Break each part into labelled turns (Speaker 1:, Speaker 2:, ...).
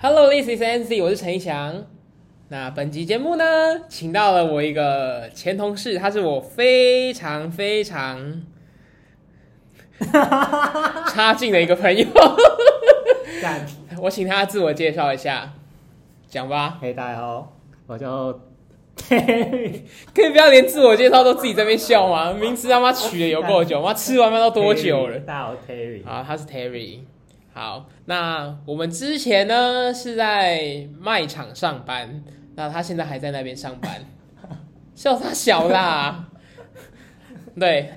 Speaker 1: Hello，this is Nancy，我是陈一翔。那本集节目呢，请到了我一个前同事，他是我非常非常差劲的一个朋友。
Speaker 2: 干，
Speaker 1: 我请他自我介绍一下，讲吧。
Speaker 2: 嘿，大家好，我叫，
Speaker 1: 可以不要连自我介绍都自己在那边笑吗？名字他妈取的有够久，妈吃完饭都多久了
Speaker 2: Terry，？大家好，Terry，
Speaker 1: 啊，他是 Terry。好，那我们之前呢是在卖场上班，那他现在还在那边上班，笑他小啦。对，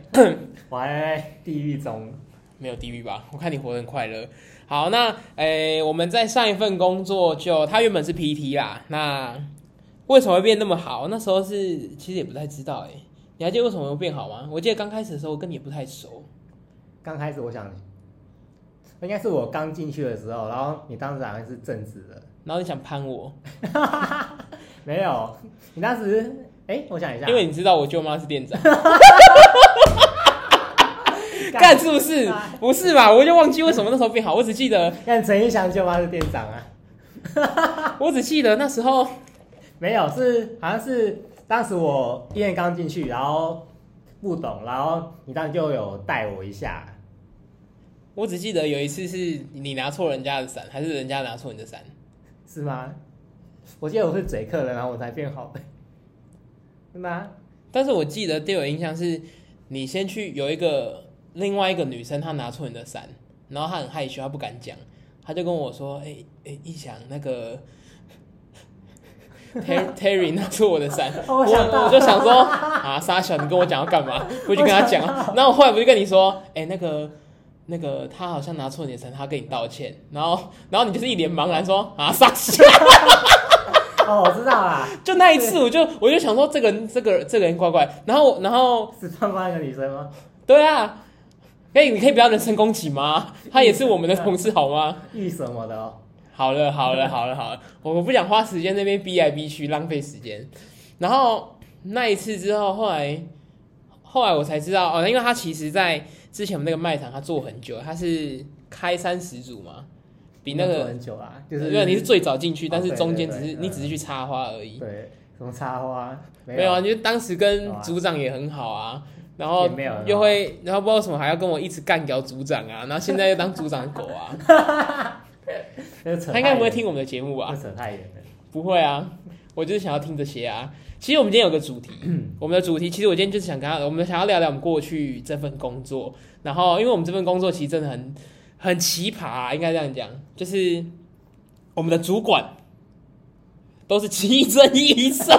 Speaker 2: 我还在地狱中，
Speaker 1: 没有地狱吧？我看你活得很快乐。好，那诶、我们在上一份工作就他原本是 PT 啦，那为什么会变那么好？那时候是其实也不太知道诶、你还记得为什么会变好吗？我记得刚开始的时候我跟你也不太熟，
Speaker 2: 刚开始我想，应该是我刚进去的时候，然后你当时好像是正职的，
Speaker 1: 然后你想攀我，
Speaker 2: 没有，你当时，哎，我想一下，
Speaker 1: 因为你知道我舅妈是店长。干
Speaker 2: 干啊
Speaker 1: 是不是？不是吧？我就忘记为什么那时候变好，我只记得，
Speaker 2: 干陈一翔舅妈是店长啊，
Speaker 1: 我只记得那时候
Speaker 2: 没有，是好像是当时我医院刚进去，然后不懂，然后你当时就有带我一下，
Speaker 1: 我只记得有一次是你拿错人家的伞，还是人家拿错你的伞？
Speaker 2: 是吗？我记得我是嘴客人，然后我才变好的， 是吗？
Speaker 1: 但是我记得对我印象是，你先去有一个另外一个女生，她拿错你的伞，然后她很害羞，她不敢讲，她就跟我说：“哎、哎、一想那个 Terry Terry 拿错我的伞。”
Speaker 2: 哦
Speaker 1: 我
Speaker 2: 我想到
Speaker 1: 我就想说啊，傻小，你跟我讲要干 嘛？我就跟他讲啊，然后我后来不是跟你说，哎、那个那个他好像拿错你的伞，他跟你道歉，然后然后你就是一脸茫然说啊，傻小。
Speaker 2: 哦，我知道啦，
Speaker 1: 就那一次，我就我就想说这个人这个人这个人怪怪，然后然后
Speaker 2: 是胖胖那个女生吗？
Speaker 1: 对啊，可以，你可以不要人身攻击吗？他也是我们的同事好吗？
Speaker 2: 玉什么的哦，
Speaker 1: 好了，好了，好了，好了，我不想花时间那边逼来逼去，浪费时间。然后那一次之后，后来后来我才知道哦，因为他其实在之前我们那个卖场他做很久，他是开山始祖嘛，比那
Speaker 2: 没有做
Speaker 1: 个
Speaker 2: 很久啦，就
Speaker 1: 对，
Speaker 2: 是
Speaker 1: 你是最早进去，
Speaker 2: 哦
Speaker 1: 但是
Speaker 2: 对
Speaker 1: 中
Speaker 2: 对
Speaker 1: 间只
Speaker 2: 对
Speaker 1: 是
Speaker 2: 嗯
Speaker 1: 你只是去插花而已。
Speaker 2: 对什么插花没
Speaker 1: 没有啊，就当时跟
Speaker 2: 有啊
Speaker 1: 组长也很好啊，然后
Speaker 2: 也没有啊
Speaker 1: 又会，然后不知道为什么还要跟我一直干掉组长啊，然后现在又当组长的狗 啊，
Speaker 2: 那就扯
Speaker 1: 他应该不会
Speaker 2: 太远
Speaker 1: 听我们的节目吧
Speaker 2: 了，？那扯太远了。
Speaker 1: 不会啊，我就是想要听这些啊。其实我们今天有个 主题，我们的主题其实我今天就是想跟他，我们想要聊聊我们过去这份工作，然后因为我们这份工作其实真的很很奇葩啊、应该这样讲，就是我们的主管都是奇珍异 兽。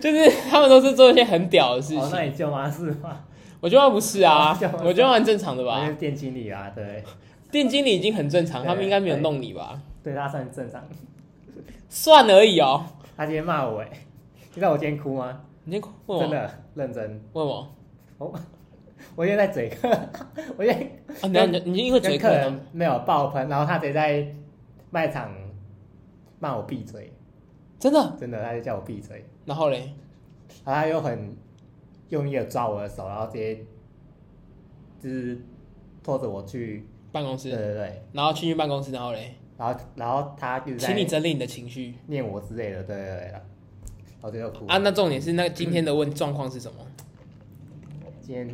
Speaker 1: 就是他们都是做一些很屌的事情，
Speaker 2: 哦，那你舅妈是吗？
Speaker 1: 我觉得不是啊
Speaker 2: 哦这样，
Speaker 1: 我觉得蛮正常的
Speaker 2: 我就
Speaker 1: 吧
Speaker 2: 是。店经理啊，对，
Speaker 1: 店经理已经很正常，
Speaker 2: 对
Speaker 1: 他们应该没有弄你吧？
Speaker 2: 对他算正常。
Speaker 1: 算而已哦。
Speaker 2: 他今天骂我，哎，你知道我今天哭吗？
Speaker 1: 你先问我，问
Speaker 2: 真的认真，
Speaker 1: 我
Speaker 2: 我现在在嘴客， 我现在
Speaker 1: 啊？你要你你因为嘴
Speaker 2: 跟
Speaker 1: 客
Speaker 2: 客
Speaker 1: 人
Speaker 2: 人没有爆喷，然后他直接在卖场骂我闭嘴，
Speaker 1: 真的，
Speaker 2: 真的，他就叫我闭嘴。
Speaker 1: 然后嘞，
Speaker 2: 然后他又很用力的抓我的手，然后直接就是拖着我去，
Speaker 1: 办公
Speaker 2: 对
Speaker 1: 室，
Speaker 2: 对对，
Speaker 1: 然后进去办公室，然后嘞，
Speaker 2: 然后然后他就是在
Speaker 1: 请你整理你的情绪
Speaker 2: 念我之类的，对对对，然后就又哭。
Speaker 1: 啊。那重点是那今天的问状况是什么？
Speaker 2: 今天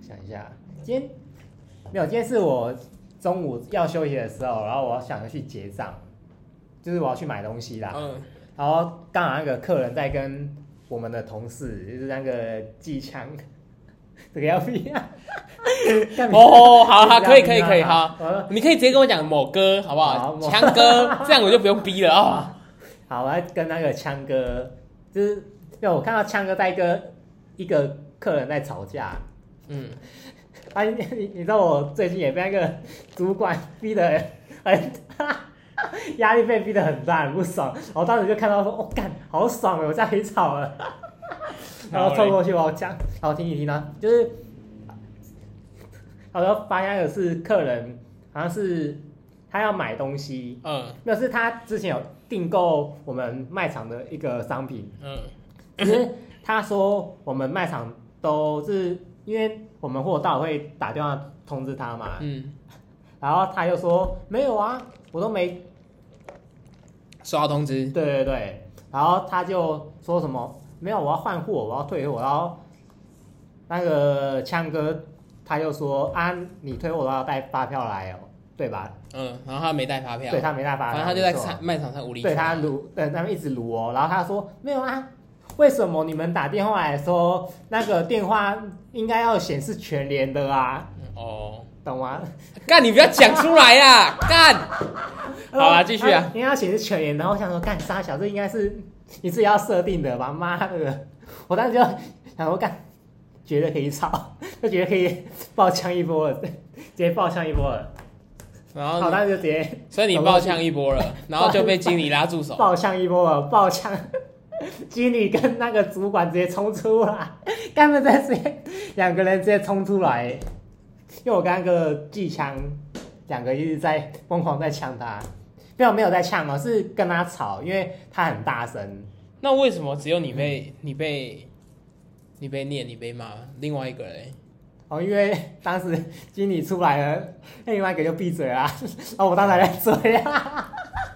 Speaker 2: 想一下，今天没有，今天是我中午要休息的时候，然后我想去结账，就是我要去买东西啦，
Speaker 1: 嗯，
Speaker 2: 然后刚好那个客人在跟我们的同事，就是那个机枪， 这个要不要？干
Speaker 1: 哦，好好，
Speaker 2: 不要
Speaker 1: 可以
Speaker 2: 不
Speaker 1: 可以
Speaker 2: 要
Speaker 1: 可以，好，
Speaker 2: 我说
Speaker 1: 你可以直接跟我讲某哥好不
Speaker 2: 好
Speaker 1: 好？
Speaker 2: 某
Speaker 1: 强哥，这样我就不用逼了 哦。
Speaker 2: 好，好，我要跟那个枪哥，就是因为我看到枪哥在一个一个客人在吵架，
Speaker 1: 嗯，
Speaker 2: 啊，你 你你知道我最近也被那个主管逼得很， 压力被逼得很大，很不爽。我当时就看到说，哦，干，好爽哦，我这样可以吵了。 然后凑过去把我讲，然后听一听呢，就是，然后发现那个是客人，好像是他要买东西，
Speaker 1: 嗯
Speaker 2: 没有，是他之前有订购我们卖场的一个商品，
Speaker 1: 嗯
Speaker 2: 只是他说我们卖场都是因为我们货到会打电话通知他嘛，
Speaker 1: 嗯，
Speaker 2: 然后他又说没有啊，我都没
Speaker 1: 收到通知，
Speaker 2: 对对对，然后他就说什么没有，我要换货，我要退货。然后那个枪哥他就说啊，你退货都要带发票来哦，对吧？
Speaker 1: 嗯，然后他没带发票
Speaker 2: 对，他没带发
Speaker 1: 反
Speaker 2: 票，
Speaker 1: 正他就在
Speaker 2: 没错
Speaker 1: 场卖场上无理取
Speaker 2: 对
Speaker 1: 闹
Speaker 2: 他撸，呃，他们一直撸哦。然后他说没有啊，为什么你们打电话来的时候，那个电话应该要显示全联的啊？
Speaker 1: 哦，
Speaker 2: 懂吗？
Speaker 1: 干你不要讲出来呀，干， 好啊
Speaker 2: 他说
Speaker 1: 继续啊，
Speaker 2: 应该要显示全联。然后我想说，干啥小，这应该是你自己要设定的吧？妈的！我当时就想说，干，觉得可以炒， 就觉得可以爆枪一波了，直接爆枪一波了。
Speaker 1: 然
Speaker 2: 好，
Speaker 1: 后
Speaker 2: 当时就直接
Speaker 1: 所以你爆枪一波了，然后就被经理拉住手，
Speaker 2: 爆枪一波了，爆枪。 经理跟那个主管直接冲出来，干们在直接两个人直接冲出来，因为我跟那个技枪两个一直在疯狂在呛他，没有没有在呛哦，是跟他吵，因为他很大声，
Speaker 1: 那为什么只有你被你被你被念你被骂，另外一个人
Speaker 2: 哦，因为当时经理出来了，那另外一个就闭嘴 啦、然后我当时还在追啊，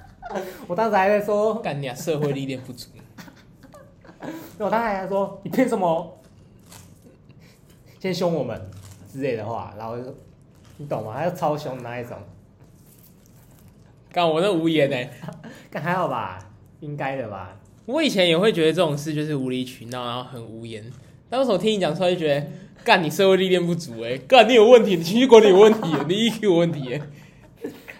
Speaker 2: 我当时还在说，
Speaker 1: 干你啊，社会历练不足，
Speaker 2: 我当时还在说，你凭什么 先凶我们之类的话，然后就你懂吗？他就超凶的那一种，
Speaker 1: 干我那无言哎，
Speaker 2: 但还好吧，应该的吧。
Speaker 1: 我以前也会觉得这种事就是无理取闹，然后很无言，但为什么听你讲出来就觉得干你社会历练不足哎，干你有问题，你情绪管理有问题， 你 EQ 有问题哎。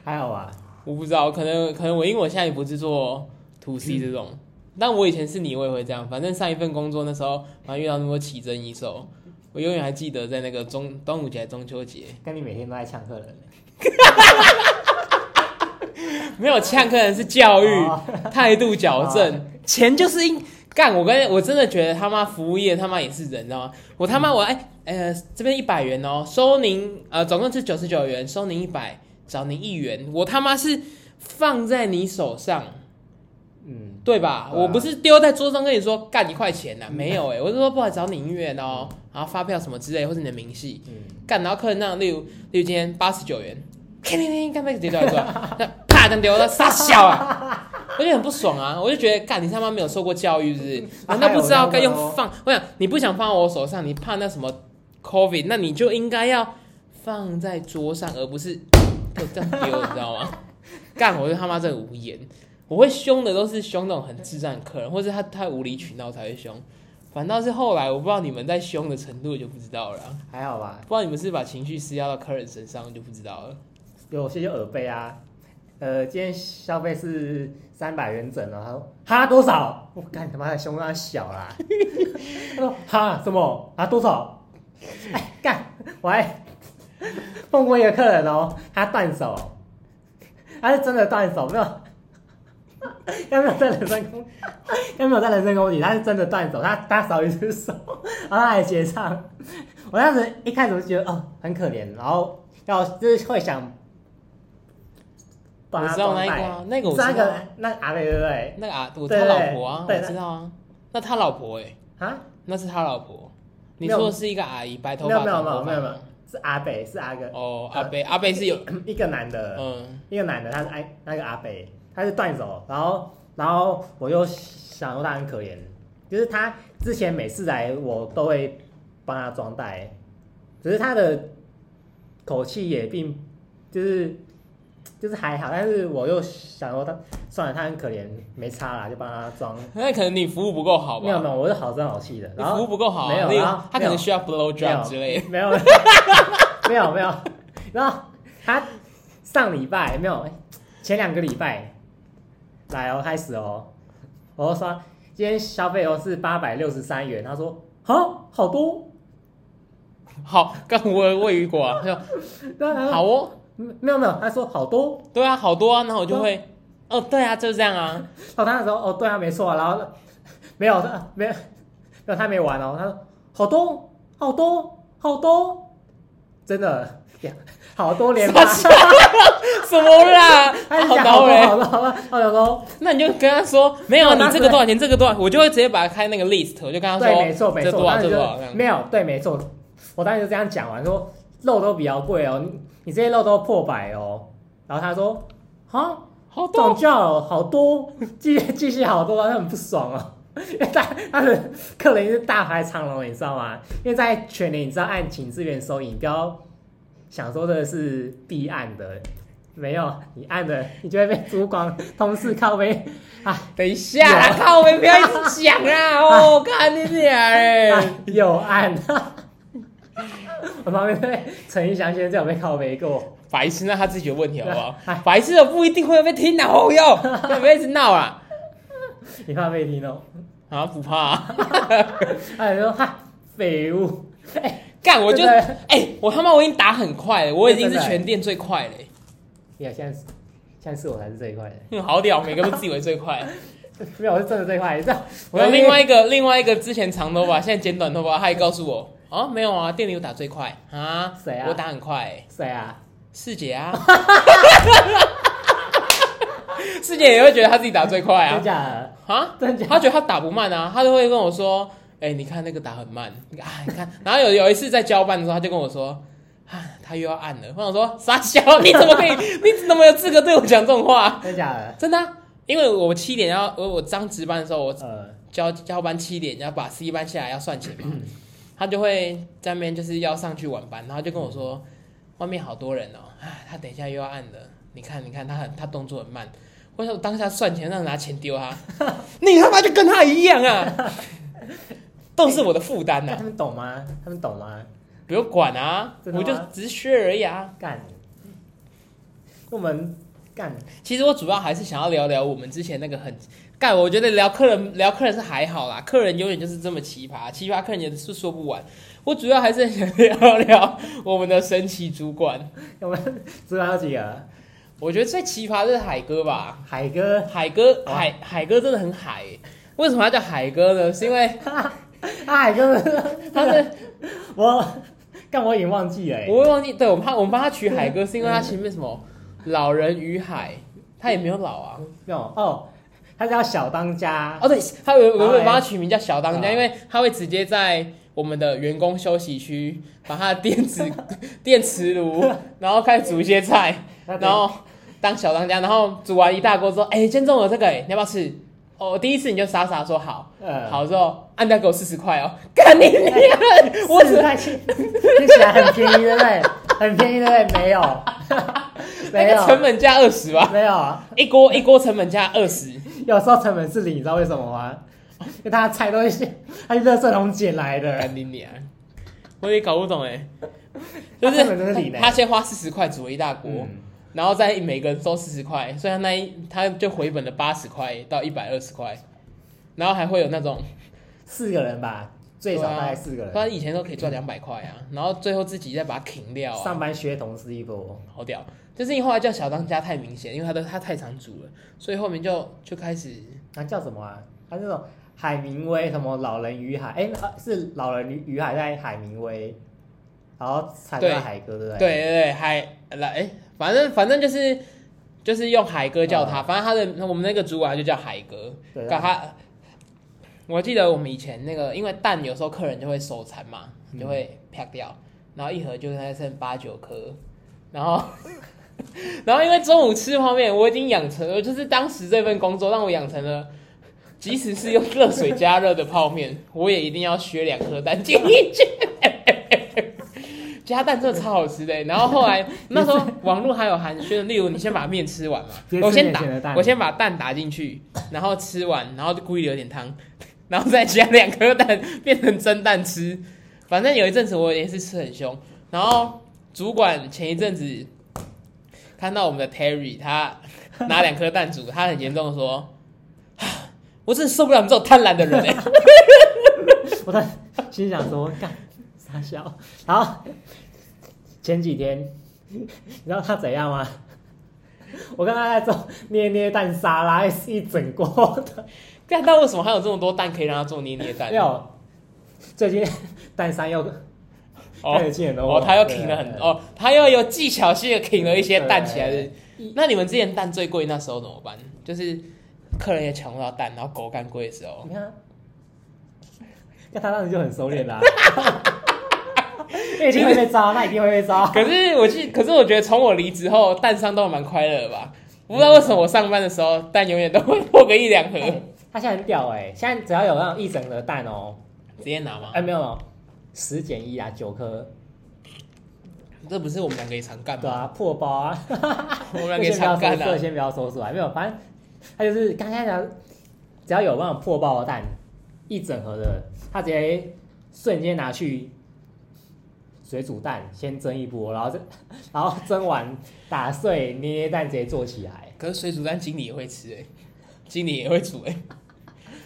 Speaker 2: 还好吧，
Speaker 1: 我不知道，可能可能我因为我现在也不是做 to C 这种，但我以前是你，我也会这样。反正上一份工作那时候，反正遇到那么多奇珍异兽，我永远还记得在那个中端午节、还中秋节，
Speaker 2: 跟你每天都在呛客人呢，
Speaker 1: 没有呛客人是教育、
Speaker 2: 哦
Speaker 1: 态度矫正，哦钱就是应干。我跟我真的觉得他妈服务业他妈也是人，你知道吗？我他妈我哎呃这边一百元哦，收您呃总共是九十九元，收您一百，找您一元，我他妈是放在你手上。
Speaker 2: 嗯，
Speaker 1: 对吧？
Speaker 2: 对啊
Speaker 1: 我不是丢在桌上跟你说干一块钱呐、没有哎、我是说不好意思找你音乐哦，然后发票什么之类，或是你的明细，
Speaker 2: 嗯
Speaker 1: 干，然后客人那样例如例如今天八十九元，天天天干杯直接丢在桌上， 那啪这样丢，那傻笑啊！ 我就很不爽啊！我就觉得，干你他妈没有受过教育，是不 是？
Speaker 2: 啊
Speaker 1: 难道不知道
Speaker 2: 还
Speaker 1: 该
Speaker 2: 有
Speaker 1: 用
Speaker 2: 那个哦
Speaker 1: 放？我想你不想放在我手上，你怕那什么 COVID，那你就应该要放在桌上，而不是就这样丢，你知道吗？ 干，我就他妈真的无言。我会凶的都是凶那种很智障的客人，或者他太无理取闹才会凶。反倒是后来，我不知道你们在凶的程度就不知道了啊、
Speaker 2: 还好吧。
Speaker 1: 不知道你们是把情绪施压到客人身上就不知道了。
Speaker 2: 有些就耳背啊，呃，今天消费是三百元整哦，他说哈多少？我干他妈的胸那小啦，他说哈什么啊多少？哎干，我还碰过一个客人哦，他断手，他是真的断手，没有， 他没有在人身攻，他没有在人身攻击，他是真的断手，他他少一只手，然后他还结账，我当时一开始就觉得哦很可怜，然后要就是会想帮
Speaker 1: 我
Speaker 2: 他
Speaker 1: 知道
Speaker 2: 装
Speaker 1: 那一个
Speaker 2: 袋。
Speaker 1: 啊，那个我知道
Speaker 2: 那个
Speaker 1: 啊，
Speaker 2: 那阿北对不对？
Speaker 1: 那个啊，我
Speaker 2: 对
Speaker 1: 他
Speaker 2: 对
Speaker 1: 老婆啊，
Speaker 2: 对
Speaker 1: 我知道啊，那他老婆哎、
Speaker 2: 啊，
Speaker 1: 那是他老婆。你
Speaker 2: 没有
Speaker 1: 说的是一个阿姨，白头
Speaker 2: 没有
Speaker 1: 发，
Speaker 2: 没有
Speaker 1: 长
Speaker 2: 没
Speaker 1: 头
Speaker 2: 有
Speaker 1: 发
Speaker 2: 没有没有，是阿北是阿哥，
Speaker 1: 哦，阿贝，阿贝是有，
Speaker 2: 一个男的，
Speaker 1: 嗯，
Speaker 2: 一个男的，他是哎那个阿北，他是断手，然后然后我又想说他很可怜，就是他之前每次来我都会帮他装袋，只是他的口气也并就是。就是还好，但是我又想说他算了，他很可怜，没差啦，就帮他装。
Speaker 1: 那可能你服务不够好吧？
Speaker 2: 没有没有，我是好声好气的。
Speaker 1: 你
Speaker 2: 然后
Speaker 1: 服务不够好啊、
Speaker 2: 没有
Speaker 1: 例如
Speaker 2: 然后
Speaker 1: 他可
Speaker 2: 没有
Speaker 1: 能需要 blow
Speaker 2: 没有
Speaker 1: job 之类的。
Speaker 2: 没有，没有，没有。然后他上礼拜没有，前两个礼拜来哦，开始哦，我就说今天消费哦是八百六十三元，他说啊好多，
Speaker 1: 好，刚我我也遇过啊，他 说
Speaker 2: 对啊，他说
Speaker 1: 好哦，
Speaker 2: 没有没有，他说好多，
Speaker 1: 对啊，好多啊，然后我就 会，哦，对啊，就是这样啊，。
Speaker 2: 哦他那时候哦对啊没错啊，然后没有他没有没有他没玩哦，他说好多好多好多，真的呀好多连八
Speaker 1: 什么啦？
Speaker 2: 他就
Speaker 1: 好
Speaker 2: 讲
Speaker 1: 然后
Speaker 2: 好多
Speaker 1: 嘞
Speaker 2: 好多好多，好多好多，
Speaker 1: 那你就跟他说，没有，
Speaker 2: 没有
Speaker 1: 你
Speaker 2: 当时
Speaker 1: 这个多少钱？这个多少？我就会直接把它开那个 list，我就跟他说，
Speaker 2: 对，没错没
Speaker 1: 这
Speaker 2: 错，
Speaker 1: 多
Speaker 2: 我当
Speaker 1: 少，
Speaker 2: 时
Speaker 1: 这
Speaker 2: 就
Speaker 1: 多少，这样
Speaker 2: 没有对没错，我当时就这样讲完说肉都比较贵哦，你这些肉都破百哦。然后他说，啊，
Speaker 1: 好多，
Speaker 2: 涨价了，好多，继续继续好多，他很不爽啊。 因为他他的客人是大排长龙，你知道吗？因为在全年，你知道按请自愿收银，不要想说的是必按的，没有你按的，你就会被主管同事靠背 啊
Speaker 1: 等一下啦，靠，我们不要一直讲啦， 哦，看你俩
Speaker 2: 啊
Speaker 1: 哎，
Speaker 2: 有按。我旁边对陈一翔先生有被靠背过，
Speaker 1: 白痴，那他自己有问题好不
Speaker 2: 哎
Speaker 1: 好？白痴的不一定会被听的，哦 哟，不要一直闹啦，
Speaker 2: 你怕被听哦？
Speaker 1: 啊，不怕啊。
Speaker 2: 他就说哈废物，哎、
Speaker 1: 干，我就
Speaker 2: 对
Speaker 1: 哎
Speaker 2: 不对、
Speaker 1: 我他妈我已经打很快了，我已经是
Speaker 2: 对不对
Speaker 1: 全店最快了、
Speaker 2: 你看现在是现在是我才是最快的。
Speaker 1: 嗯，好屌，每个都自以为最快。
Speaker 2: 没有，我是真的最快。你知道，我
Speaker 1: 然后
Speaker 2: 在
Speaker 1: 另外一个，另外一个之前长头发，现在剪短头发，他也告诉我，哦，没有啊，店里有打最快啊，
Speaker 2: 谁啊
Speaker 1: 我打很快、欸，
Speaker 2: 谁啊？
Speaker 1: 师姐啊， 师姐也会觉得她自己打最快
Speaker 2: 真
Speaker 1: 啊，
Speaker 2: 假的？
Speaker 1: 啊，
Speaker 2: 真假？
Speaker 1: 她觉得她打不慢啊，她都会跟我说，哎、你看那个打很慢，啊，你看，然后有有一次在交班的时候，她就跟我说。啊，他又要按了。我想说，傻 小，你怎么可以？你怎么有资格对我讲这种话？
Speaker 2: 真假的？
Speaker 1: 真的啊、因为我七点要我我当值班的时候，我
Speaker 2: 呃，
Speaker 1: 交交班七点要把 C 班下来要算钱嘛，他就会在那边就是要上去晚班，然后就跟我说，外面好多人哦，哎，他等一下又要按了，你看你看他很他动作很慢，我想当下算钱让拿钱丢他， 你他妈就跟他一样啊， 都是我的负担
Speaker 2: 那
Speaker 1: 呐、
Speaker 2: 他们懂吗？他们懂吗？
Speaker 1: 不用管啊，
Speaker 2: 真的
Speaker 1: 我
Speaker 2: 吗
Speaker 1: 就只是削而已啊。
Speaker 2: 干，我们干，
Speaker 1: 其实我主要还是想要聊聊我们之前那个很干，我觉得聊客人聊客人是还好啦，客人永远就是这么奇葩，奇葩客人也是说不完。我主要还是想聊聊我们的神奇主管，
Speaker 2: 我们知道有几个？
Speaker 1: 我觉得最奇葩的是海哥吧，
Speaker 2: 海哥，
Speaker 1: 海哥
Speaker 2: 啊
Speaker 1: 海海哥真的很海、为什么他叫海哥呢？是因为
Speaker 2: 啊，海哥，
Speaker 1: 他是
Speaker 2: 我干我已经忘记了欸。
Speaker 1: 我会忘记，对我们怕我们帮他取海哥，是因为他前面什么老人与海，他也没有老啊。
Speaker 2: 没有哦，他叫小当家。
Speaker 1: 哦，对，他有
Speaker 2: 然
Speaker 1: 我
Speaker 2: 后嘞
Speaker 1: 们帮他取名叫小当家，
Speaker 2: 啊
Speaker 1: 因为他会直接在我们的员工休息区把他的电 子电磁炉，然后开始煮一些菜，
Speaker 2: 那等
Speaker 1: 然后当小当家，然后煮完一大锅之后，哎、今天中午有这个、哎，你要不要吃？哦，第一次你就傻傻说好，
Speaker 2: 呃，
Speaker 1: 好之后按掉给我四十块哦， 干你娘！我
Speaker 2: 四十
Speaker 1: 只
Speaker 2: 块钱，听起来很便宜，对不对？很便宜，对不对？没有，
Speaker 1: 那
Speaker 2: 没
Speaker 1: 个成
Speaker 2: 有，
Speaker 1: 本价二十吧，
Speaker 2: 没有。
Speaker 1: 一锅一锅成本价二十，
Speaker 2: 有时候成本是零，你知道为什么吗？因为他的菜都是他去垃圾桶捡来的，
Speaker 1: 干你娘！我也搞不懂哎、就
Speaker 2: 他
Speaker 1: 是
Speaker 2: 成本真是零欸
Speaker 1: 他先花四十块煮了一大锅。
Speaker 2: 嗯，
Speaker 1: 然后再每个人收四十块，所以他那一他就回本了八十块到一百二十块，然后还会有那种
Speaker 2: 四个人吧，最少大概四
Speaker 1: 不
Speaker 2: 个人。
Speaker 1: 然以前都可以赚两百块啊，然后最后自己再把它停掉啊，
Speaker 2: 上班学同事一波，
Speaker 1: 好屌！就是因为后来叫小当家太明显，因为他的他太常煮了，所以后面就就开始
Speaker 2: 他叫什么啊？他那种海明威什么老人与海，哎、啊是老人与与海在海明威，然后才
Speaker 1: 对
Speaker 2: 叫海哥，对不
Speaker 1: 对
Speaker 2: 对？
Speaker 1: 对对，还来哎，反正反正就是就是用海哥叫他，反正他的我们那个主啊管就叫海哥，
Speaker 2: 嗯对啊
Speaker 1: 干他。我记得我们以前那个，因为蛋有时候客人就会手残嘛，就会啪掉，然后一盒就才剩八九颗，然后， 然后因为中午吃泡面，我已经养成了，就是当时这份工作让我养成了，即使是用热水加热的泡面，我也一定要削两颗蛋进去。 加蛋真的超好吃的、欸然后后来那时候网络还有寒暄，例如你先把面吃完嘛，
Speaker 2: 直接
Speaker 1: 我
Speaker 2: 吃
Speaker 1: 先
Speaker 2: 面
Speaker 1: 打
Speaker 2: 前的蛋，
Speaker 1: 我先把蛋打进去，然后吃完，然后就故意留点汤，然后再加两颗蛋变成蒸蛋吃。反正有一阵子我也是吃很凶，然后主管前一阵子看到我们的 Terry，他拿两颗蛋煮，他很严重的说啊：“我真的受不了你这种贪婪的人、欸。
Speaker 2: 我在心想说，干傻笑。然后前几天，你知道他怎样吗？我跟他在做捏捏蛋沙拉，是一整锅的。”
Speaker 1: 但他为什么还有这么多蛋可以让他做捏捏蛋
Speaker 2: 没？有，最近蛋沙又开
Speaker 1: 哦
Speaker 2: 始进很多
Speaker 1: 哦，他又挺了很，哦，他又有技巧性的挺了一些蛋起来
Speaker 2: 对
Speaker 1: 的。那你们之前蛋最贵那时候怎么办？就是客人也抢不到蛋，然后狗干贵的时
Speaker 2: 啊
Speaker 1: 候，
Speaker 2: 你看，那他当时就很收敛啦、这哎一定会被招，那一定会被招。
Speaker 1: 可是我记，可是我觉得从我离职后，蛋商都蛮快乐的吧。我不知道为什么我上班的时候蛋永远都会破个一两盒，
Speaker 2: 哎他现在很屌哎、现在只要有那种一整的蛋哦、
Speaker 1: 直接拿吗
Speaker 2: 哎、？没有，十减一啊，九颗，
Speaker 1: 这不是我们两个也常干
Speaker 2: 对
Speaker 1: 吗？
Speaker 2: 啊，破包啊，
Speaker 1: 我们两
Speaker 2: 这
Speaker 1: 个也
Speaker 2: 先不要
Speaker 1: 常
Speaker 2: 说
Speaker 1: 干啊
Speaker 2: 出来，
Speaker 1: 的。
Speaker 2: 先不要说出来，没有，反正他就是刚开始只要有那种破包的蛋，一整盒的，他直接瞬间拿去水煮蛋先蒸一波，然后再然后蒸完打碎捏捏蛋直接做起来。
Speaker 1: 可是水煮蛋经理也会吃哎、经理也会煮哎、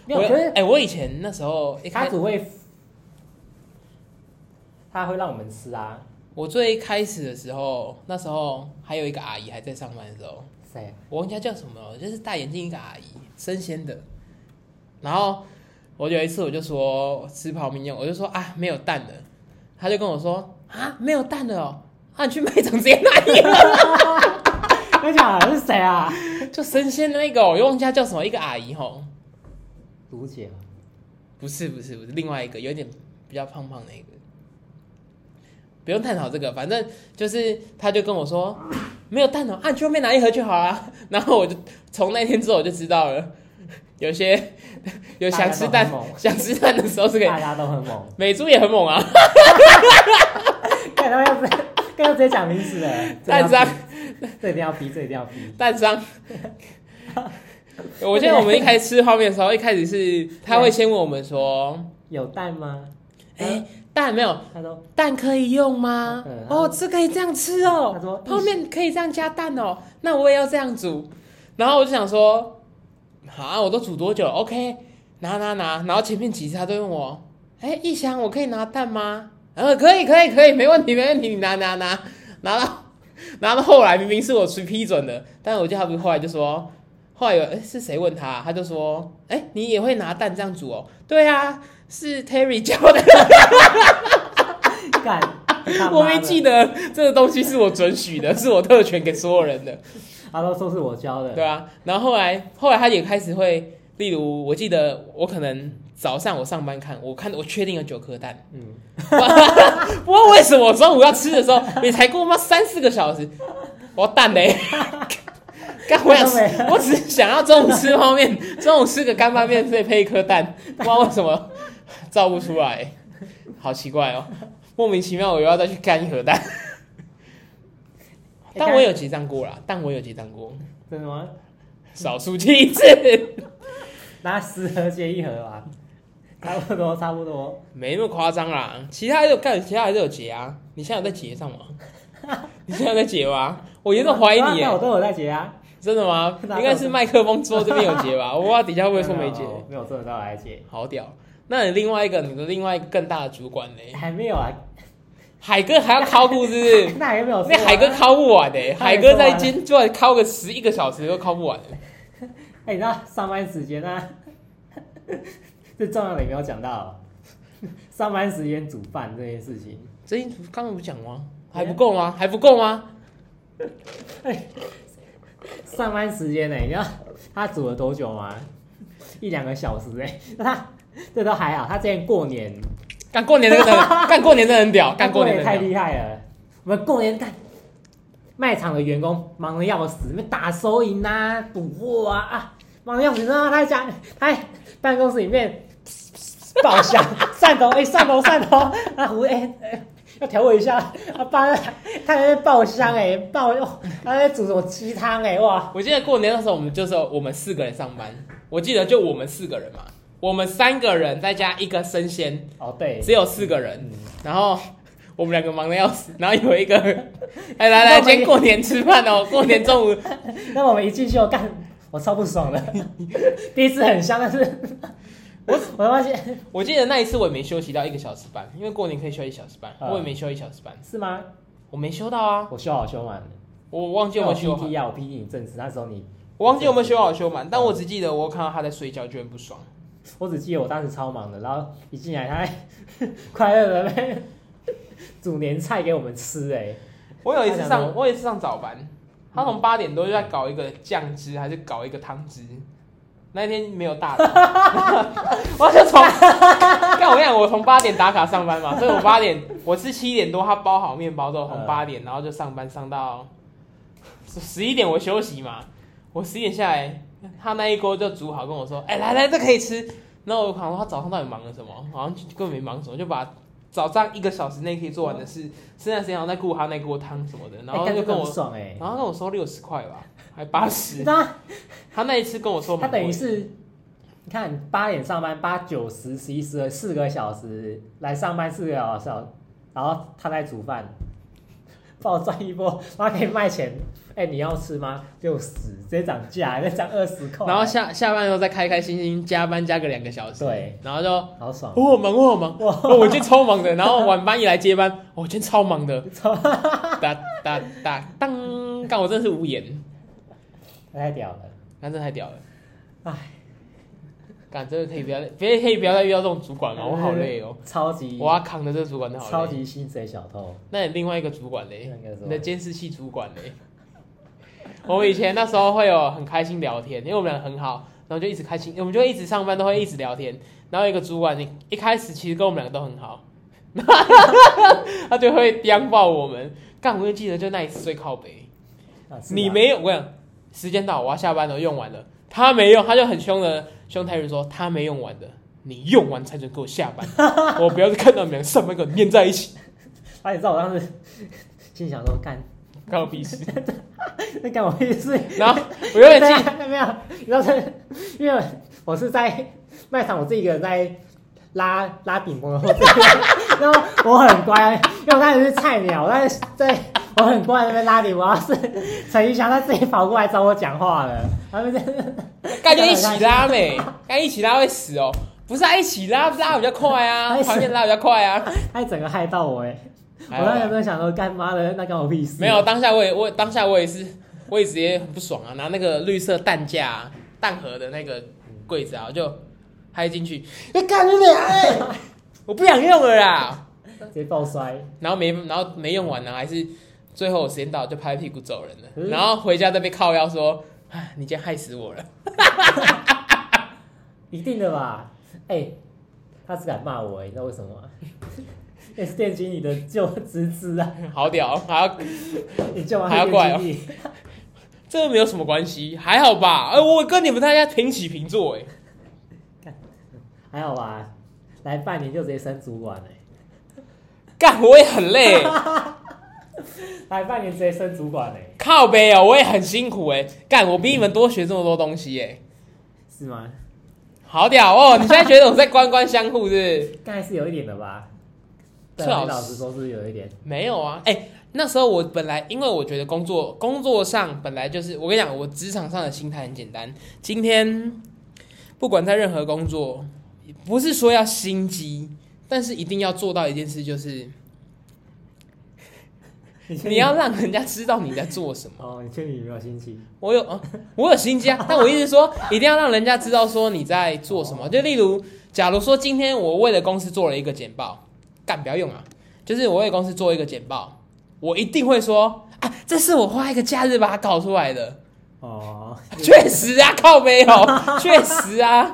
Speaker 2: 没
Speaker 1: 我
Speaker 2: 有，可是
Speaker 1: 哎、我以前那时候一
Speaker 2: 他
Speaker 1: 开，
Speaker 2: 只会，他会让我们吃啊，
Speaker 1: 我最开始的时候，那时候还有一个阿姨还在上班的时候，
Speaker 2: 谁？啊
Speaker 1: 我忘记她叫什么了，就是戴眼镜一个阿姨，生鲜的。然后我有一次我就说吃泡面用，我就说啊没有蛋了，她就跟我说啊没有蛋了哦，啊你去卖场直接拿一个，
Speaker 2: 我讲是谁啊？
Speaker 1: 就生鲜的那个，哦我又忘记她叫什么一个阿姨吼，
Speaker 2: 卢姐吗，
Speaker 1: 不是不是不是另外一个有点比较胖胖那个，不用探讨这个，反正就是她就跟我说没有蛋了，啊你去外面拿一盒就好啊。 然后我就从那天之后我就知道了，有些有想吃
Speaker 2: 大
Speaker 1: 蛋
Speaker 2: 家都很猛
Speaker 1: 想吃蛋的时候是可以
Speaker 2: 大家都很猛，
Speaker 1: 美猪也很猛啊，
Speaker 2: 看他们要直接，要直接讲名字了。
Speaker 1: 蛋商
Speaker 2: 这一定要逼，这一定要逼。
Speaker 1: 蛋 商。我记得我们一开始吃泡面的时候，一开始是他会先问我们说
Speaker 2: 有蛋吗？：“嗯
Speaker 1: 哎、蛋没有
Speaker 2: 他说
Speaker 1: 蛋可以用吗
Speaker 2: 嗯？
Speaker 1: 哦，这可以这样吃
Speaker 2: 他
Speaker 1: 哦
Speaker 2: 说，
Speaker 1: 泡面可以这样加蛋哦，那我也要这样煮。”然后我就想说：“啊，我都煮多久？OK，拿拿拿。”然后前面几次他都问我：“哎、一翔，我可以拿蛋吗？”呃，可以可以可以，没问题没问题，你拿拿拿拿到。然后后来明明是我去批准的，但是我记得他不是后来就说，后来有哎是谁问他，他就说，哎你也会拿蛋这样煮哦？对啊，是 Terry 教的，
Speaker 2: 干，他妈的
Speaker 1: 我没记。得这个东西是我准许的，是我特权给所有人的，
Speaker 2: 他都说是我教的。
Speaker 1: 对啊。然后后来后来他也开始会，例如我记得我可能早上我上班看，我看我确定有九颗蛋，
Speaker 2: 嗯，
Speaker 1: 不过为什么我中午要吃的时候，也才过妈三四个小时，我要蛋 嘞、干我想吃
Speaker 2: 真的，
Speaker 1: 我只是想要中午吃泡面，中午吃个干拌面，再配一颗蛋，不知道为什么造不出来，好奇怪哦，莫名其妙我又要再去干一盒 蛋。但我有结账过啦，但我有结账过，
Speaker 2: 真的吗？
Speaker 1: 少数记一次，
Speaker 2: 拿十盒接一盒吧，差不多，差不多。
Speaker 1: 没那么夸张啦。其他还是有干，其他还是有结啊。你现在有在结 上吗？你现在有在结吗？我严重怀疑你耶
Speaker 2: 那。我都有在结啊。
Speaker 1: 真的吗？
Speaker 2: 哪有
Speaker 1: 应该是麦克风桌这边有结 吧？我不知道底下会不会说没结，
Speaker 2: 没有，真的都有在结。
Speaker 1: 好屌。那你另外一个，你的另外一个更大的主管呢？
Speaker 2: 还没有啊，
Speaker 1: 海哥还要考顾是不 是？
Speaker 2: 那还没有说
Speaker 1: 那
Speaker 2: 啊。
Speaker 1: 海哥考不完的、
Speaker 2: 他也
Speaker 1: 海
Speaker 2: 说
Speaker 1: 哥
Speaker 2: 完了
Speaker 1: 在今就考个十一个小时都考不完、欸。
Speaker 2: 哎，你知道上班时间啊？ 这重要的你没有讲到，上班时间煮饭这件事情。
Speaker 1: 最近刚刚不讲吗？还不够吗？还不够吗？
Speaker 2: 上班时间呢、你知 道他煮了多久吗？一两个小时哎、那 他这都还好。他之前过年，
Speaker 1: 干过年真的很，干过年真的很屌，干过年真
Speaker 2: 年
Speaker 1: 的
Speaker 2: 太
Speaker 1: 很屌。
Speaker 2: 厉害了。我们过年干，卖场的员工忙得要死，那边打收银啊、补货啊啊，忙得要死。然后他在家，他在办公室里面 爆香，汕头哎、汕头汕头，啊胡哎。哎要调我一下，啊，爸，他在那边爆香哎、爆哦，他在煮什么鸡汤哎，哇，
Speaker 1: 我记得过年那时候，我们就是我们四个人上班，我记得就我们四个人嘛，我们三个人再加一个生鲜，
Speaker 2: 哦对，
Speaker 1: 只有四个人。
Speaker 2: 嗯
Speaker 1: 然后我们两个忙得要死，然后有一个， 哎来来，今天过年吃饭 哦，过年中午
Speaker 2: 那我们一进去，我干，我超不爽 的。第一次很香，但是我 我发现
Speaker 1: 我记得那一次我也没休息到一个小时半，因为过年可以休一小时半，
Speaker 2: 嗯
Speaker 1: 我也没休一小时半，
Speaker 2: 是吗？
Speaker 1: 我没休到啊，
Speaker 2: 我修好修满了，
Speaker 1: 我忘记有没有
Speaker 2: 因为
Speaker 1: 休
Speaker 2: 我
Speaker 1: 好
Speaker 2: PT 啊，我 PT 你正职那时候你，
Speaker 1: 我忘记有没有休好休满，但我只记得我看到他在睡觉，就很不爽。
Speaker 2: 我只记得我当时超忙的，然后一进来他还快乐的呗，煮年菜给我们吃哎、
Speaker 1: 我有一次
Speaker 2: 他讲什
Speaker 1: 上
Speaker 2: 么，
Speaker 1: 我有一次上早班，他从八点多就在搞一个酱汁，还是搞一个汤汁。那一天没有大的， 我就从，但我跟你讲，我从八点打卡上班嘛，所以我八点我是七点多，他包好面包之后，从
Speaker 2: 嗯
Speaker 1: 八点，然后就上班上到十一点，我休息嘛。我十一点下来，他那一锅就煮好，跟我说：“哎、来来，这可以吃。”然后我想说他早上到底忙了什么？好像根本没忙什么，就把早上一个小时内可以做完的事，剩下时间好像在顾他那锅汤什么的。然后他
Speaker 2: 嗯哎干
Speaker 1: 就
Speaker 2: 这个
Speaker 1: 跟
Speaker 2: 很
Speaker 1: 我，
Speaker 2: 爽哎，
Speaker 1: 然后他跟我收六十块吧，还八十。
Speaker 2: 那
Speaker 1: 他那一次跟我说
Speaker 2: 他
Speaker 1: 蛮贵的，
Speaker 2: 等于是，你看八点上班，八九十十一十二四个小时来上班四个小时，然后他在煮饭， 暴赚一波，然后可以卖钱。哎、你要吃吗？六十，直接涨价，再涨二十块，
Speaker 1: 然后下下班以后再开开心心加班加个两个小时，
Speaker 2: 对，
Speaker 1: 然后就哦
Speaker 2: 好爽。
Speaker 1: 我好忙我好忙，
Speaker 2: 哇
Speaker 1: 哦我今天超忙的，然后晚班一来接班，哦我今天超忙的，哒哒哒当，干我真的是无言，
Speaker 2: 太屌了！
Speaker 1: 干真的太屌了，
Speaker 2: 唉，
Speaker 1: 干真的可以不要再，别可以不要再遇到这种主管了，我好累哦，，
Speaker 2: 超级
Speaker 1: 我要扛着这个主管真的好
Speaker 2: 超
Speaker 1: 累。哎
Speaker 2: 级薪水小偷，
Speaker 1: 那你另外一个主管嘞
Speaker 2: 那个是？吧
Speaker 1: 你的监视器主管嘞？我们以前那时候会有很开心聊天，因为我们俩很好，然后就一直开心，我们就一直上班都会一直聊天。然后有一个主管，你一开始其实跟我们两个都很好， 他就会刁爆我们。干，我就记得就那一次最靠北，
Speaker 2: 啊是
Speaker 1: 你
Speaker 2: 啊
Speaker 1: 没有，我讲时间到，我要下班了，用完了，他没用，他就很凶的凶台人说他没用完的，你用完才准给我下班，我不要再看到你们两个上班给我粘在一起，
Speaker 2: 啊，你知道我当时 心想说，干
Speaker 1: 干我屁事。
Speaker 2: 那干我屁事？
Speaker 1: 然后我有点
Speaker 2: 对
Speaker 1: 记，
Speaker 2: 啊 没有，你知道是，因为我是在卖场，我自己一个人在拉拉顶棚，然后 然后我很乖，啊因为我当时是菜鸟，但是在我很乖在那边拉顶棚，然后是陈玉祥他自己跑过来找我讲话了，他们在
Speaker 1: 干就一起拉呗，干一起拉会死哦。不是啊，一起拉拉比较快啊，
Speaker 2: 哎是
Speaker 1: 旁边拉比较快啊。
Speaker 2: 他整个害到我哎、
Speaker 1: 还
Speaker 2: 我
Speaker 1: 好吧
Speaker 2: 当时真的想说，干妈的那干我屁事？
Speaker 1: 没有，当下我也我当下我也是，我也直接很不爽啊，拿那个绿色蛋架啊、蛋盒的那个柜子啊，我就嗨进去，哎干你俩哎，我不想用了啦。
Speaker 2: 直接爆摔，
Speaker 1: 然后没然后没用完呢、还是最后我时间到就拍屁股走人了。
Speaker 2: 嗯
Speaker 1: 然后回家再被靠腰说，哎，你今天害死我了。
Speaker 2: 一定的吧？哎、他只敢骂我、哎，你知道为什么吗？ 也是电击你的旧侄子啊，
Speaker 1: 好屌，还要
Speaker 2: 你舅妈
Speaker 1: 还要怪哦
Speaker 2: 电击你
Speaker 1: 这没有什么关系，还好吧？哎、我跟你们大家平起平坐、哎，
Speaker 2: 还好吧，来半年就直接升主管了，
Speaker 1: 干我也很累、
Speaker 2: 来半年直接升主管嘞，
Speaker 1: 靠背哦、我也很辛苦、哎，干我比你们多学这么多东西、哎，
Speaker 2: 是吗？
Speaker 1: 好屌哦！你现在觉得我在官官相护是不是？
Speaker 2: 刚才是有一点的吧？对
Speaker 1: 最好
Speaker 2: 啊，
Speaker 1: 是
Speaker 2: 老实说是有一点，
Speaker 1: 没有啊，哎、那时候我本来因为我觉得工作工作上本来就是，我跟你讲，我职场上的心态很简单，今天不管在任何工作，不是说要心机，但是一定要做到一件事，就是你要让人家知道你在做什么。
Speaker 2: 哦，你确定你没有心情？
Speaker 1: 我有，啊，我有心机啊，但我意思是说，一定要让人家知道说你在做什么。就例如，假如说今天我为了公司做了一个简报，干不要用啊，就是我为公司做一个简报，我一定会说啊，这是我花一个假日把它搞出来的，
Speaker 2: 哦，
Speaker 1: 确实啊，靠没有，确实啊，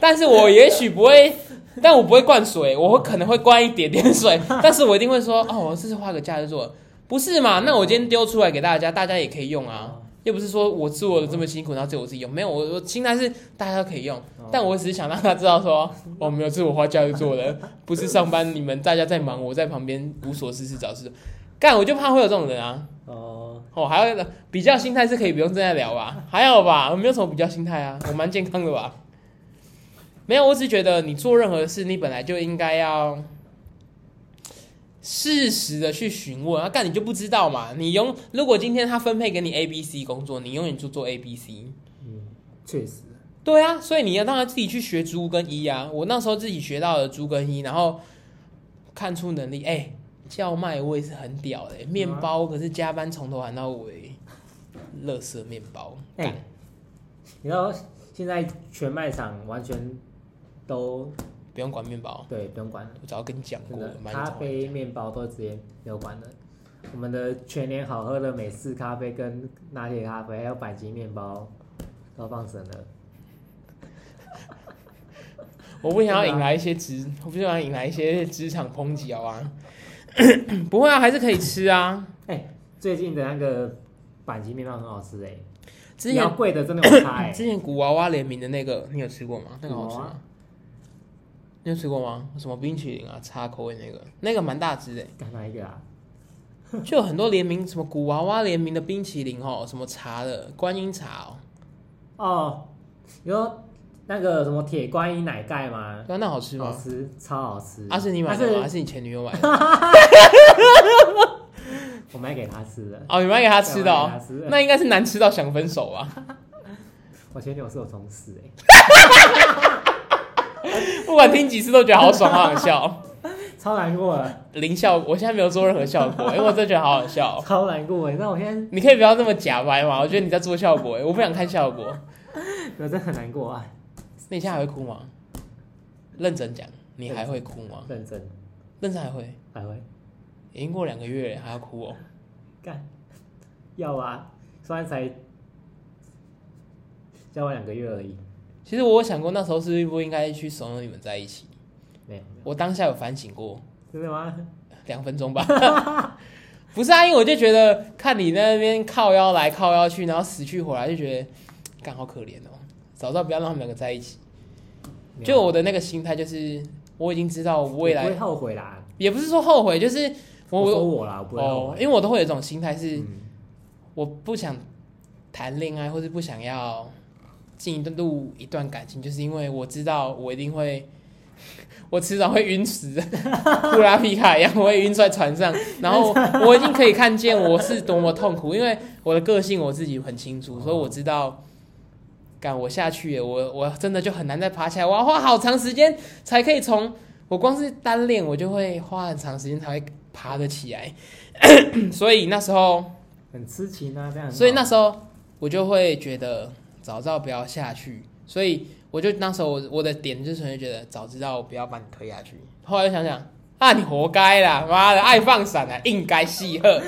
Speaker 1: 但是我也许不会。但我不会灌水，我会可能会灌一点点水，但是我一定会说，哦，我这是花个假日做的，不是嘛？那我今天丢出来给大家，大家也可以用啊。
Speaker 2: 哦
Speaker 1: 又不是说我做的这么辛苦，然后只有我自己用，没有，我我心态是大家都可以用，
Speaker 2: 哦
Speaker 1: 但我只是想让他知道说，我没有，这是我花假日做的，不是上班你们大家在忙，我在旁边无所事事找事做，干我就怕会有这种人啊，
Speaker 2: 哦，
Speaker 1: 哦，还有比较心态是可以不用正在聊吧，还好吧，我没有什么比较心态啊，我蛮健康的吧，没有，我只是觉得你做任何事，你本来就应该要适时的去询问啊，干你就不知道嘛，你永如果今天他分配给你 A、B、C 工作，你永远就做 A、B、C，
Speaker 2: 嗯，确实，
Speaker 1: 对啊，所以你要让他自己去学猪跟一啊。我那时候自己学到了猪跟一，然后看出能力。哎、叫卖我也是很屌
Speaker 2: 嗯啊
Speaker 1: 的、面包可是加班从头喊到尾，乐色面包。
Speaker 2: 哎、
Speaker 1: 干
Speaker 2: 你知道现在全卖场完全都
Speaker 1: 不用管面包，
Speaker 2: 对不用管了，
Speaker 1: 我早就跟你讲
Speaker 2: 真
Speaker 1: 过
Speaker 2: 的
Speaker 1: 了，，蛮
Speaker 2: 咖
Speaker 1: 早的。
Speaker 2: 啡、面包都直接没有管了。我们的全年好喝的美式咖啡跟拿铁咖啡，还有百吉面包，都放生了。
Speaker 1: 我不想要
Speaker 2: 真的啊
Speaker 1: 引来一些职，我不想要引来一些职场抨击，好吧？ 不会啊，还是可以吃啊。
Speaker 2: 哎最近的那个板筋面包很好吃哎、欸，
Speaker 1: 之
Speaker 2: 比较
Speaker 1: 前
Speaker 2: 贵的真的有差哎、
Speaker 1: 之前古娃娃联名的那个，你有吃过吗？那个好吃
Speaker 2: 古娃
Speaker 1: 吗
Speaker 2: 娃？
Speaker 1: 你有吃过吗？什么冰淇淋啊，叉口味那个，那个蛮大只的，
Speaker 2: 干哪一个啊？
Speaker 1: 就有很多联名，什么古娃娃联名的冰淇淋哦，什么茶的观音茶哦，
Speaker 2: 哦，你说那个什么铁观音奶盖吗？
Speaker 1: 对啊，那好吃
Speaker 2: 好
Speaker 1: 吗？
Speaker 2: 吃，超好吃。
Speaker 1: 啊，是你买
Speaker 2: 但
Speaker 1: 的吗？
Speaker 2: 是
Speaker 1: 还是你前女友买的？
Speaker 2: 我买给他吃的。
Speaker 1: 哦，你买给他吃的
Speaker 2: 对我买给
Speaker 1: 哦
Speaker 2: 他，吃的
Speaker 1: 那应该是难吃到想分手吧？
Speaker 2: 我前女友是我同事哎、
Speaker 1: 不管听几次都觉得好爽，好好笑。
Speaker 2: 超难过的，
Speaker 1: 零效，我现在没有做任何效果，因为我真的觉得好好笑哦。
Speaker 2: 超难过哎、那我现
Speaker 1: 你可以不要那么假掰嘛，我觉得你在做效果，我不想看效果。
Speaker 2: 在我真的很难过啊，
Speaker 1: 那你现在还会哭吗？认真讲，你还会哭吗？
Speaker 2: 认真，
Speaker 1: 认真还会？
Speaker 2: 百威
Speaker 1: 已经过两个月了还要哭哦？
Speaker 2: 干，要啊，虽然才交往两个月而已，
Speaker 1: 其实我有想过，那时候是不是应该去怂恿你们在一起？
Speaker 2: 没有没有，
Speaker 1: 我当下有反省过，
Speaker 2: 真的吗？
Speaker 1: 两分钟吧。 不是啊，因为我就觉得看你那边靠腰来靠腰去，然后死去活来，就觉得干好可怜哦。早知道不要让他们两个在一起。
Speaker 2: 没有
Speaker 1: 就我的那个心态，就是我已经知道我未
Speaker 2: 我
Speaker 1: 来
Speaker 2: 不会后悔啦，
Speaker 1: 也不是说后悔，就是我
Speaker 2: 我说
Speaker 1: 我
Speaker 2: 我啦，我不会后
Speaker 1: 哦，
Speaker 2: 悔，
Speaker 1: 因为我都会有一种心态是，
Speaker 2: 嗯
Speaker 1: 我不想谈恋爱，或是不想要进一段路一段感情，就是因为我知道我一定会， 我迟早会晕死，布拉皮卡一样，我会晕在船上。然后我我已经可以看见我是多么痛苦，因为我的个性我自己很清楚，所以我知道。干我下去了，我我真的就很难再爬起来，我要花好长时间才可以从我光是单练我就会花很长时间才会爬得起来， 所以那时候
Speaker 2: 很痴情啊，这样很好，
Speaker 1: 所以那时候我就会觉得早知道不要下去，所以我就那时候我我的点就是纯粹觉得早知道我不要把你推下去。后来就想想啊，你活该啦，妈的爱放闪啊，应该戏鹤。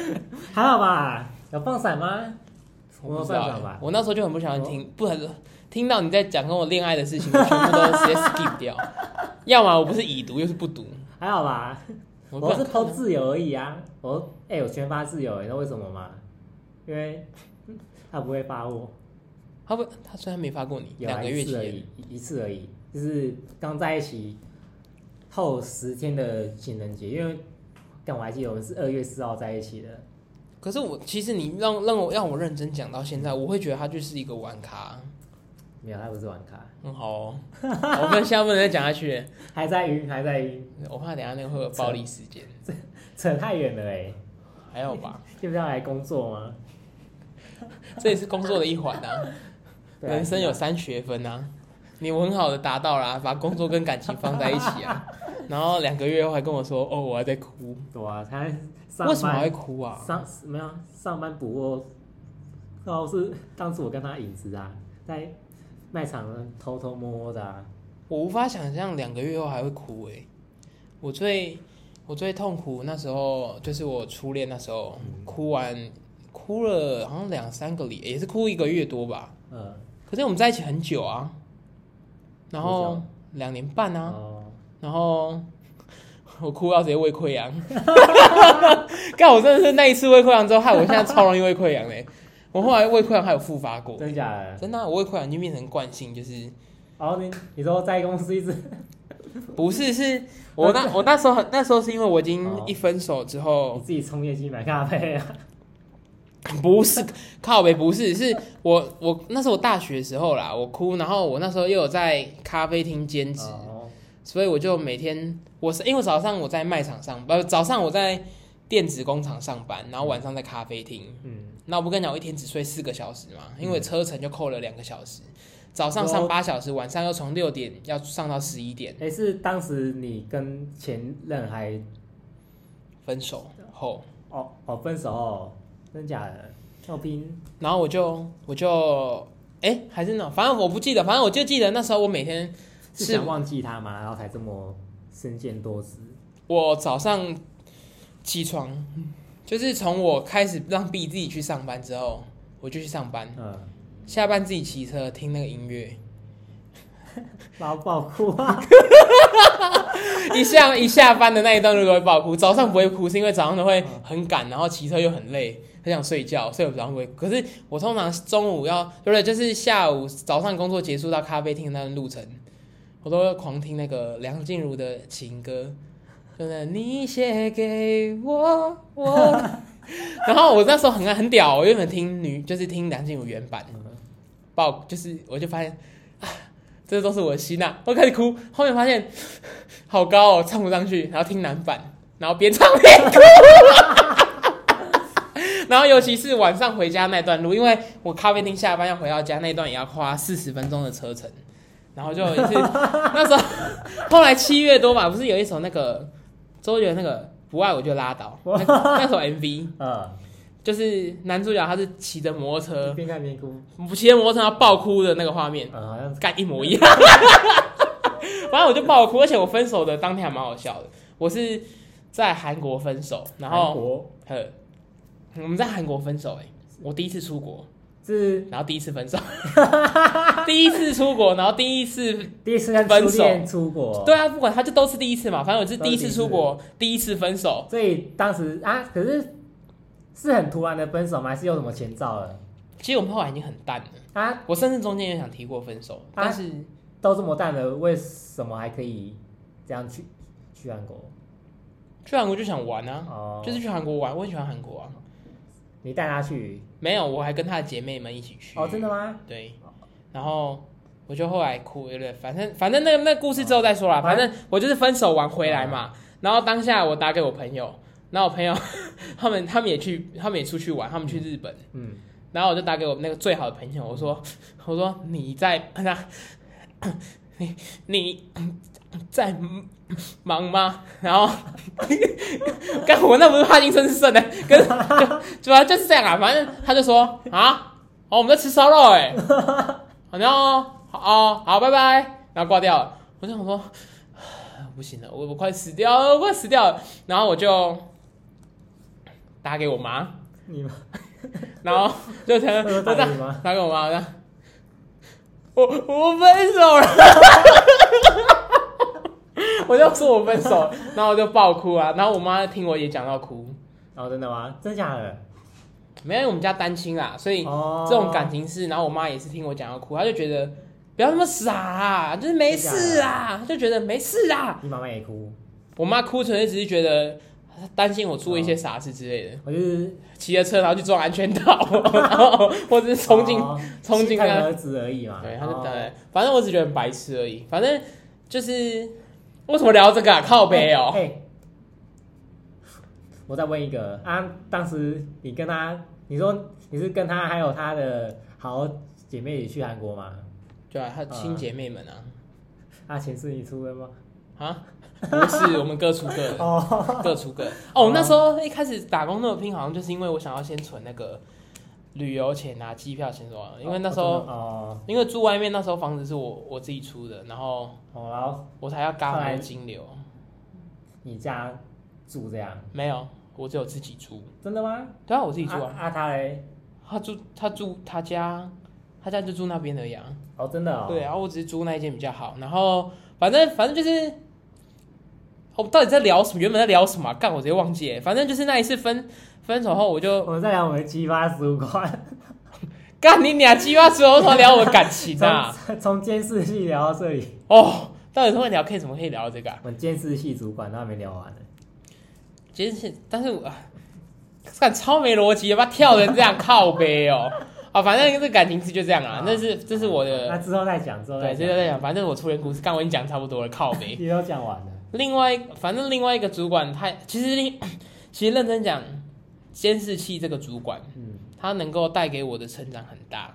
Speaker 2: 还好吧，有放闪吗？
Speaker 1: 我
Speaker 2: 我
Speaker 1: 不
Speaker 2: 有
Speaker 1: 知
Speaker 2: 放
Speaker 1: 道
Speaker 2: 闪吧
Speaker 1: 欸，，我那时候就很不想听，不很听到你在讲跟我恋爱的事情，我全部都直接 skip 掉，要么我不是已读又是不读，
Speaker 2: 还好吧，
Speaker 1: 我不
Speaker 2: 我
Speaker 1: 想
Speaker 2: 是偷自由而已啊，我哎、我全发自由、欸，你知道为什么吗？因为嗯他不会发我，
Speaker 1: 他不，他虽然没发过你
Speaker 2: 有
Speaker 1: 两
Speaker 2: 啊
Speaker 1: 个月
Speaker 2: 一次
Speaker 1: 前
Speaker 2: 而，已，一次而已，就是刚在一起后十天的情人节，因为但我还记得我们是二月四号在一起的，
Speaker 1: 可是我其实你让让我让我认真讲到现在，我会觉得他就是一个玩咖。
Speaker 2: 没有，他不是玩咖，
Speaker 1: 很好哦， 我们现在不能再讲下去，
Speaker 2: 还在晕，还在晕，
Speaker 1: 我怕等一下那个会有暴力事件，
Speaker 2: 扯太远了哎、
Speaker 1: 还好吧？
Speaker 2: 要不要来工作吗？
Speaker 1: 这也是工作的一环啊，
Speaker 2: 对啊
Speaker 1: 人生有三学分啊，你很好的达到啦，把工作跟感情放在一起 啊，然后两个月后还跟我说，哦，我还在哭，
Speaker 2: 对啊，他上班
Speaker 1: 为什么还会哭啊？
Speaker 2: 上没有上班补货，然后是当时我跟他影子啊，在卖场偷偷摸摸的啊，
Speaker 1: 我无法想象两个月后还会哭诶、欸我最我最痛苦那时候就是我初恋那时候，
Speaker 2: 嗯
Speaker 1: 哭完哭了好像两三个礼，也是哭一个月多吧，
Speaker 2: 呃，
Speaker 1: 可是我们在一起很久啊，然
Speaker 2: 多
Speaker 1: 后
Speaker 2: 久
Speaker 1: 两年半啊，
Speaker 2: 哦，
Speaker 1: 然后 我哭到直接胃溃疡， 干我真的是那一次胃溃疡之后，害我现在超容易胃溃疡嘞。我后来胃溃疡还有复发过，
Speaker 2: 真假的？
Speaker 1: 真的啊、我胃溃疡已经变成惯性，就是
Speaker 2: 然后你你说在公司一直
Speaker 1: 不是是我 那我那时候很那时候是因为我已经
Speaker 2: 哦
Speaker 1: 一分手之
Speaker 2: 你
Speaker 1: 后，
Speaker 2: 自己冲业绩买咖啡啊，
Speaker 1: 不是靠北，不是是我我那时候我大学时候啦，我哭，然后我那时候又有在咖啡厅兼职，
Speaker 2: 哦，
Speaker 1: 所以我就每天我是因为我早上我在卖场上，不早上我在电子工厂上班，然后晚上在咖啡厅。
Speaker 2: 嗯，
Speaker 1: 那我不跟你讲，我一天只睡四个小时嘛，因为车程就扣了两个小时。早上
Speaker 2: 哦
Speaker 1: 上八小时，晚上又从六点要上到十一点，
Speaker 2: 哎，是当时你跟前任还
Speaker 1: 分手后，
Speaker 2: 哦哦分手哦，真假的？要拼
Speaker 1: 然后我就我就哎、还是那，反正我不记得，反正我就记得那时候我每天
Speaker 2: 是
Speaker 1: 是
Speaker 2: 想忘记他嘛，然后才这么身兼多职，
Speaker 1: 我早上起床，就是从我开始让逼自己去上班之后，我就去上班，
Speaker 2: 嗯，
Speaker 1: 下班自己骑车听那个音乐，
Speaker 2: 然后爆哭啊，
Speaker 1: 一下一下班的那一段路都会爆哭，早上不会哭，是因为早上都会很赶，然后骑车又很累，很想睡觉，所以我早上不会哭。可是我通常中午要，对不对？就是下午早上工作结束到咖啡厅的那段路程，我都会狂听那个梁静茹的情歌，就是你写给我我。然后我那时候很爱很屌，我原本听女就是听梁静茹原版，爆就是我就发现啊，这都是我的希娜，我开始哭，后面发现好高哦，唱不上去，然后听男版，然后边唱边哭。 然后尤其是晚上回家那段路，因为我咖啡厅下班要回到家那段也要花四十分钟的车程，然后就也是那时候后来七月多嘛，不是有一首那个周杰伦那个不爱我就拉倒那那首 MV，
Speaker 2: 嗯，
Speaker 1: 就是男主角他是骑着摩托车，
Speaker 2: 边看边哭，
Speaker 1: 骑着摩托车然后爆哭的那个画面，
Speaker 2: 嗯，好像是
Speaker 1: 干一模一样。反正我就爆哭，而且我分手的当天还蛮好笑的。我是在韩国分手，然
Speaker 2: 韩
Speaker 1: 后
Speaker 2: 国
Speaker 1: 呃，我们在韩国分手、欸，我第一次出国，
Speaker 2: 是
Speaker 1: 然后第一次分手， 第一次出国，然后第一次，
Speaker 2: 第一次跟
Speaker 1: 分
Speaker 2: 初
Speaker 1: 手
Speaker 2: 恋出国，
Speaker 1: 对，啊，不管他就都是第一次嘛，反正我是第一次出国，第一次分手，
Speaker 2: 所以当时啊，可是是很突然的分手吗？还是有什么前兆了？
Speaker 1: 其实我们后来已经很淡了。
Speaker 2: 啊，
Speaker 1: 我甚至中间也想提过分手，但是
Speaker 2: 都这么淡了，为什么还可以这样去去韩国？
Speaker 1: 去韩国就想玩啊，
Speaker 2: 哦，
Speaker 1: 就是去韩国玩，我很喜欢韩国啊。
Speaker 2: 你带他去
Speaker 1: 没有，我还跟她的姐妹们一起去。
Speaker 2: 哦，真的吗？
Speaker 1: 对，然后我就后来哭，对不对？反正反正那那故事之后再说啦。反正我就是分手完回来嘛，然后当下我打给我朋友，然后我朋友 他们他们也去，他们也出去玩，他们去日本，
Speaker 2: 嗯，
Speaker 1: 然后我就打给我那个最好的朋友，我说 我说你在那， 你你在忙吗？然后 干我那不是帕金森氏症呢，跟主要就是这样啊，反正他就说啊，哦我们在吃烧肉哎、然后好哦好拜拜，然后挂掉了。我就想说 唉不行了，我我快死掉了，我快死掉了。然后我就打给我妈，
Speaker 2: 你吗？
Speaker 1: 然后就成
Speaker 2: 那
Speaker 1: 我打
Speaker 2: 你吗？
Speaker 1: 打给我妈，我打我我分手了， 我就说我分手了，然后我就爆哭啊，然后我妈听我也讲到哭，
Speaker 2: 哦，真的吗？真假的？
Speaker 1: 没有，因为我们家单亲啦，所以
Speaker 2: 哦，
Speaker 1: 这种感情是，然后我妈也是听我讲到哭，她就觉得不要那么傻、啊，就是没事啊，她就觉得没事啊。
Speaker 2: 你妈妈也哭，
Speaker 1: 我妈哭纯粹只是觉得担心我做一
Speaker 2: 哦
Speaker 1: 些傻事之类的，
Speaker 2: 我就是
Speaker 1: 骑着车然后去撞安全岛， 然后或者是 冲进
Speaker 2: 哦
Speaker 1: 冲进
Speaker 2: 看
Speaker 1: 那
Speaker 2: 儿子而已嘛。
Speaker 1: 对，他就
Speaker 2: 哦
Speaker 1: 对，反正我只觉得很白痴而已。反正就是为什么聊这 个啊？靠背哦、
Speaker 2: 哎、哎我再问一个啊，当时你跟他，你说你是跟他还有他的好姐妹一起去韩国吗？
Speaker 1: 对啊，她亲姐妹们啊，
Speaker 2: 啊，钱是你出的吗？
Speaker 1: 啊，不是，我们各出各 的，
Speaker 2: 哦，
Speaker 1: 各出各的。哦，我那时候一开始打工那么拼，好像就是因为我想要先存那个旅游钱啊、机票钱什么的，因为那时候。
Speaker 2: 哦，
Speaker 1: 因为住外面，那时候房子是我我自己出的，然后
Speaker 2: 真的哦，哦然后
Speaker 1: 我才要嘎
Speaker 2: 后
Speaker 1: 很
Speaker 2: 来
Speaker 1: 多金流。
Speaker 2: 你家住这样，
Speaker 1: 没有，我只有自己住。
Speaker 2: 真的吗？
Speaker 1: 对啊，我自己住啊。
Speaker 2: 啊，啊他嘞？
Speaker 1: 他住他住他家，他家就住那边而已啊。
Speaker 2: 哦，真的哦，
Speaker 1: 对，然后我只是租那一间比较好，然后反正反正就是，我们到底在聊什么？原本在聊什么啊、干，我直接忘记了。反正就是那一次分分手后，我就
Speaker 2: 我们再聊我们的七八十五块，
Speaker 1: 干你俩鸡巴所有从聊我的感情 啊！
Speaker 2: 从从监视器聊到这里，
Speaker 1: 哦，到底是会聊可以怎么可以聊到这个、啊？
Speaker 2: 我们监视器主管都还没聊完呢。
Speaker 1: 其实是，但是我 啊干超没逻辑的，把他跳成这样靠背哦。啊，反正这感情是就这样啊，那是这是我
Speaker 2: 那
Speaker 1: 的，
Speaker 2: 之后再讲，之后
Speaker 1: 对，
Speaker 2: 再
Speaker 1: 这就在讲，反正我初恋故事，刚我已经讲差不多了，靠背。
Speaker 2: 你都讲完了。
Speaker 1: 另外一，反正另外一个主管他，其实另 其实认真讲，监视器这个主管，
Speaker 2: 嗯，
Speaker 1: 他能够带给我的成长很大。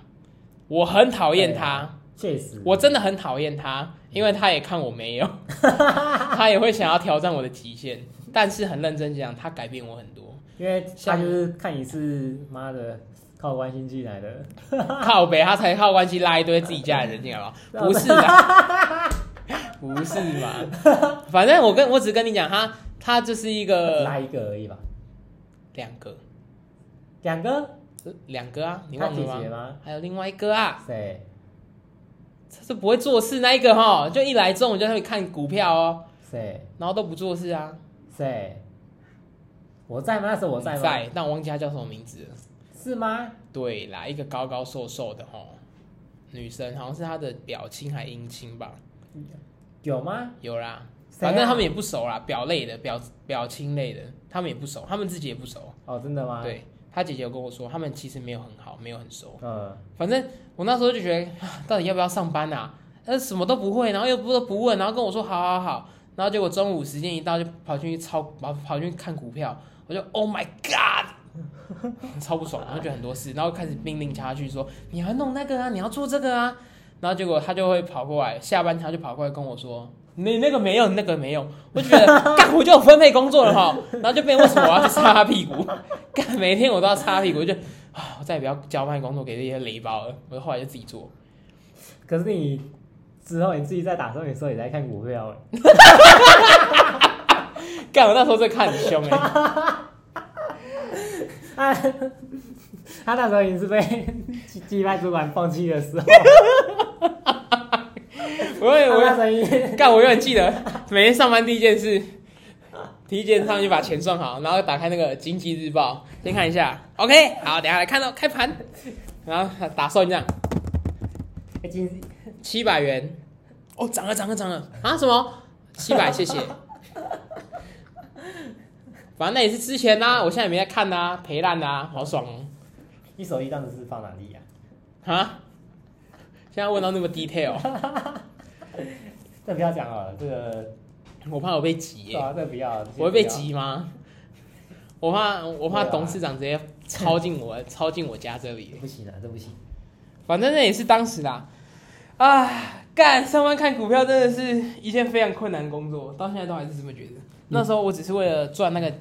Speaker 1: 我很讨厌他，
Speaker 2: 对啊确实，
Speaker 1: 我真的很讨厌他，因为他也看我没有， 他也会想要挑战我的极限。但是很认真讲，他改变我很多。
Speaker 2: 因为他
Speaker 1: 像
Speaker 2: 就是看你是妈的靠关心进来的，
Speaker 1: 靠北，他才靠关系拉一堆自己家的人进来 吧？不是啦，不是嘛？反正我跟我只跟你讲，他他就是一个
Speaker 2: 拉一个而已吧。
Speaker 1: 两个
Speaker 2: 两个，
Speaker 1: 两个啊，你
Speaker 2: 他
Speaker 1: 忘了
Speaker 2: 姐
Speaker 1: 吗
Speaker 2: 姐？吗？
Speaker 1: 还有另外一个啊，
Speaker 2: 谁？
Speaker 1: 他是不会做事那一个哈，就一来中午就在那里看股票哦，
Speaker 2: 谁
Speaker 1: 然后都不做事啊。
Speaker 2: 谁？我在吗？那时候我在吗？
Speaker 1: 在，但我忘记他叫什么名字了。
Speaker 2: 是吗？
Speaker 1: 对啦，一个高高瘦瘦的哈，女生好像是她的表亲还姻亲吧？
Speaker 2: 有吗？
Speaker 1: 有啦，
Speaker 2: 谁啊
Speaker 1: 反正他们也不熟啦，表类的、表表亲类的，他们也不熟，他们自己也不熟。
Speaker 2: 哦，真的吗？，
Speaker 1: 对他姐姐有跟我说，他们其实没有很好，没有很熟。
Speaker 2: 嗯，
Speaker 1: 反正我那时候就觉得， 啊到底要不要上班啊？呃，什么都不会，然后又不都不问，然后跟我说好好好，然后结果中午时间一到就跑进去抄，跑跑进去看股票，我就 Oh my God，超 不爽，然后就很多事，然后开始命令他去说你要弄那个啊，你要做这个啊，然后结果他就会跑过来，下班他就跑过来跟我说。你那个没用，你那个没用，我就觉得 干我就有分配工作了哈，然后就变成为什么我要去擦他屁股，干每天我都要擦他屁股，我就啊，我再也不要交办工作给这些雷包了，我就后来就自己做。
Speaker 2: 可是你之后你自己在打算的时候也在看股票欸，
Speaker 1: 干，我那时候真的看很凶哎、
Speaker 2: 啊， 他那时候已经是被 击击败主管放弃的时候，
Speaker 1: 我
Speaker 2: 他
Speaker 1: 也我
Speaker 2: 那
Speaker 1: 也
Speaker 2: 时候已经
Speaker 1: 干，我永远记得每天上班第一件事，第一件上去把钱算好，然后打开那个经济日报，先看一下。OK，好，等一下来看到开盘，然后打算这样，
Speaker 2: 已经
Speaker 1: 七百元，哦，涨了涨了涨了啊什么？七百，谢谢。反正那也是之前啦、我现在也没在看啦、赔烂啦，好爽哦、
Speaker 2: 一手一档子是放哪里呀、
Speaker 1: 啊！现在问到那么 detail，
Speaker 2: 这不要讲好了，这个
Speaker 1: 我怕我被挤
Speaker 2: 对
Speaker 1: 耶，
Speaker 2: 啊，这不要，
Speaker 1: 我会被
Speaker 2: 先
Speaker 1: 挤吗？我怕我怕
Speaker 2: 对啊
Speaker 1: 董事长直接抄进我抄进我家这
Speaker 2: 不要，
Speaker 1: 里，
Speaker 2: 不行啊，这不行。
Speaker 1: 反正那也是当时啦。啊，干上班看股票真的是一件非常困难的工作，到现在都还是这么觉得。那时候我只是为了赚那个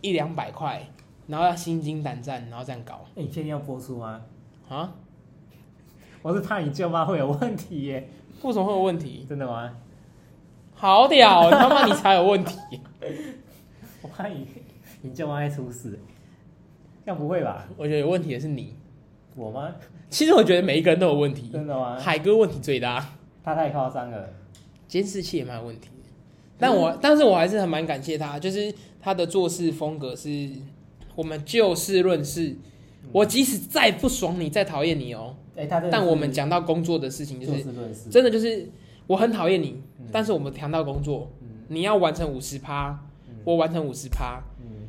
Speaker 1: 一两百块，然后要心惊胆战，然后这样搞
Speaker 2: 哎、你确定要播出吗？
Speaker 1: 啊，
Speaker 2: 我是怕你舅妈会有问题耶。
Speaker 1: 为什么会有问题？
Speaker 2: 真的吗？
Speaker 1: 好屌，他妈你才有问题。
Speaker 2: 我怕你你舅妈会出事。那不会吧？
Speaker 1: 我觉得有问题的是你。
Speaker 2: 我吗？
Speaker 1: 其实我觉得每一个人都有问题，
Speaker 2: 真的吗？
Speaker 1: 海哥问题最大，
Speaker 2: 他太夸张了。
Speaker 1: 监视器也蛮有问题的。但
Speaker 2: 嗯
Speaker 1: 我但是我还是很蛮感谢他，就是他的做事风格是，我们就事论事。
Speaker 2: 嗯
Speaker 1: 我即使再不爽你，再讨厌你哦，
Speaker 2: 哎、他真的是
Speaker 1: 但我们讲到工作的事情，就
Speaker 2: 就是事论事。
Speaker 1: 真的就是我很讨厌你
Speaker 2: 嗯，
Speaker 1: 但是我们谈到工作
Speaker 2: 嗯，
Speaker 1: 你要完成五十趴，
Speaker 2: 嗯
Speaker 1: 我完成五十趴，
Speaker 2: 嗯，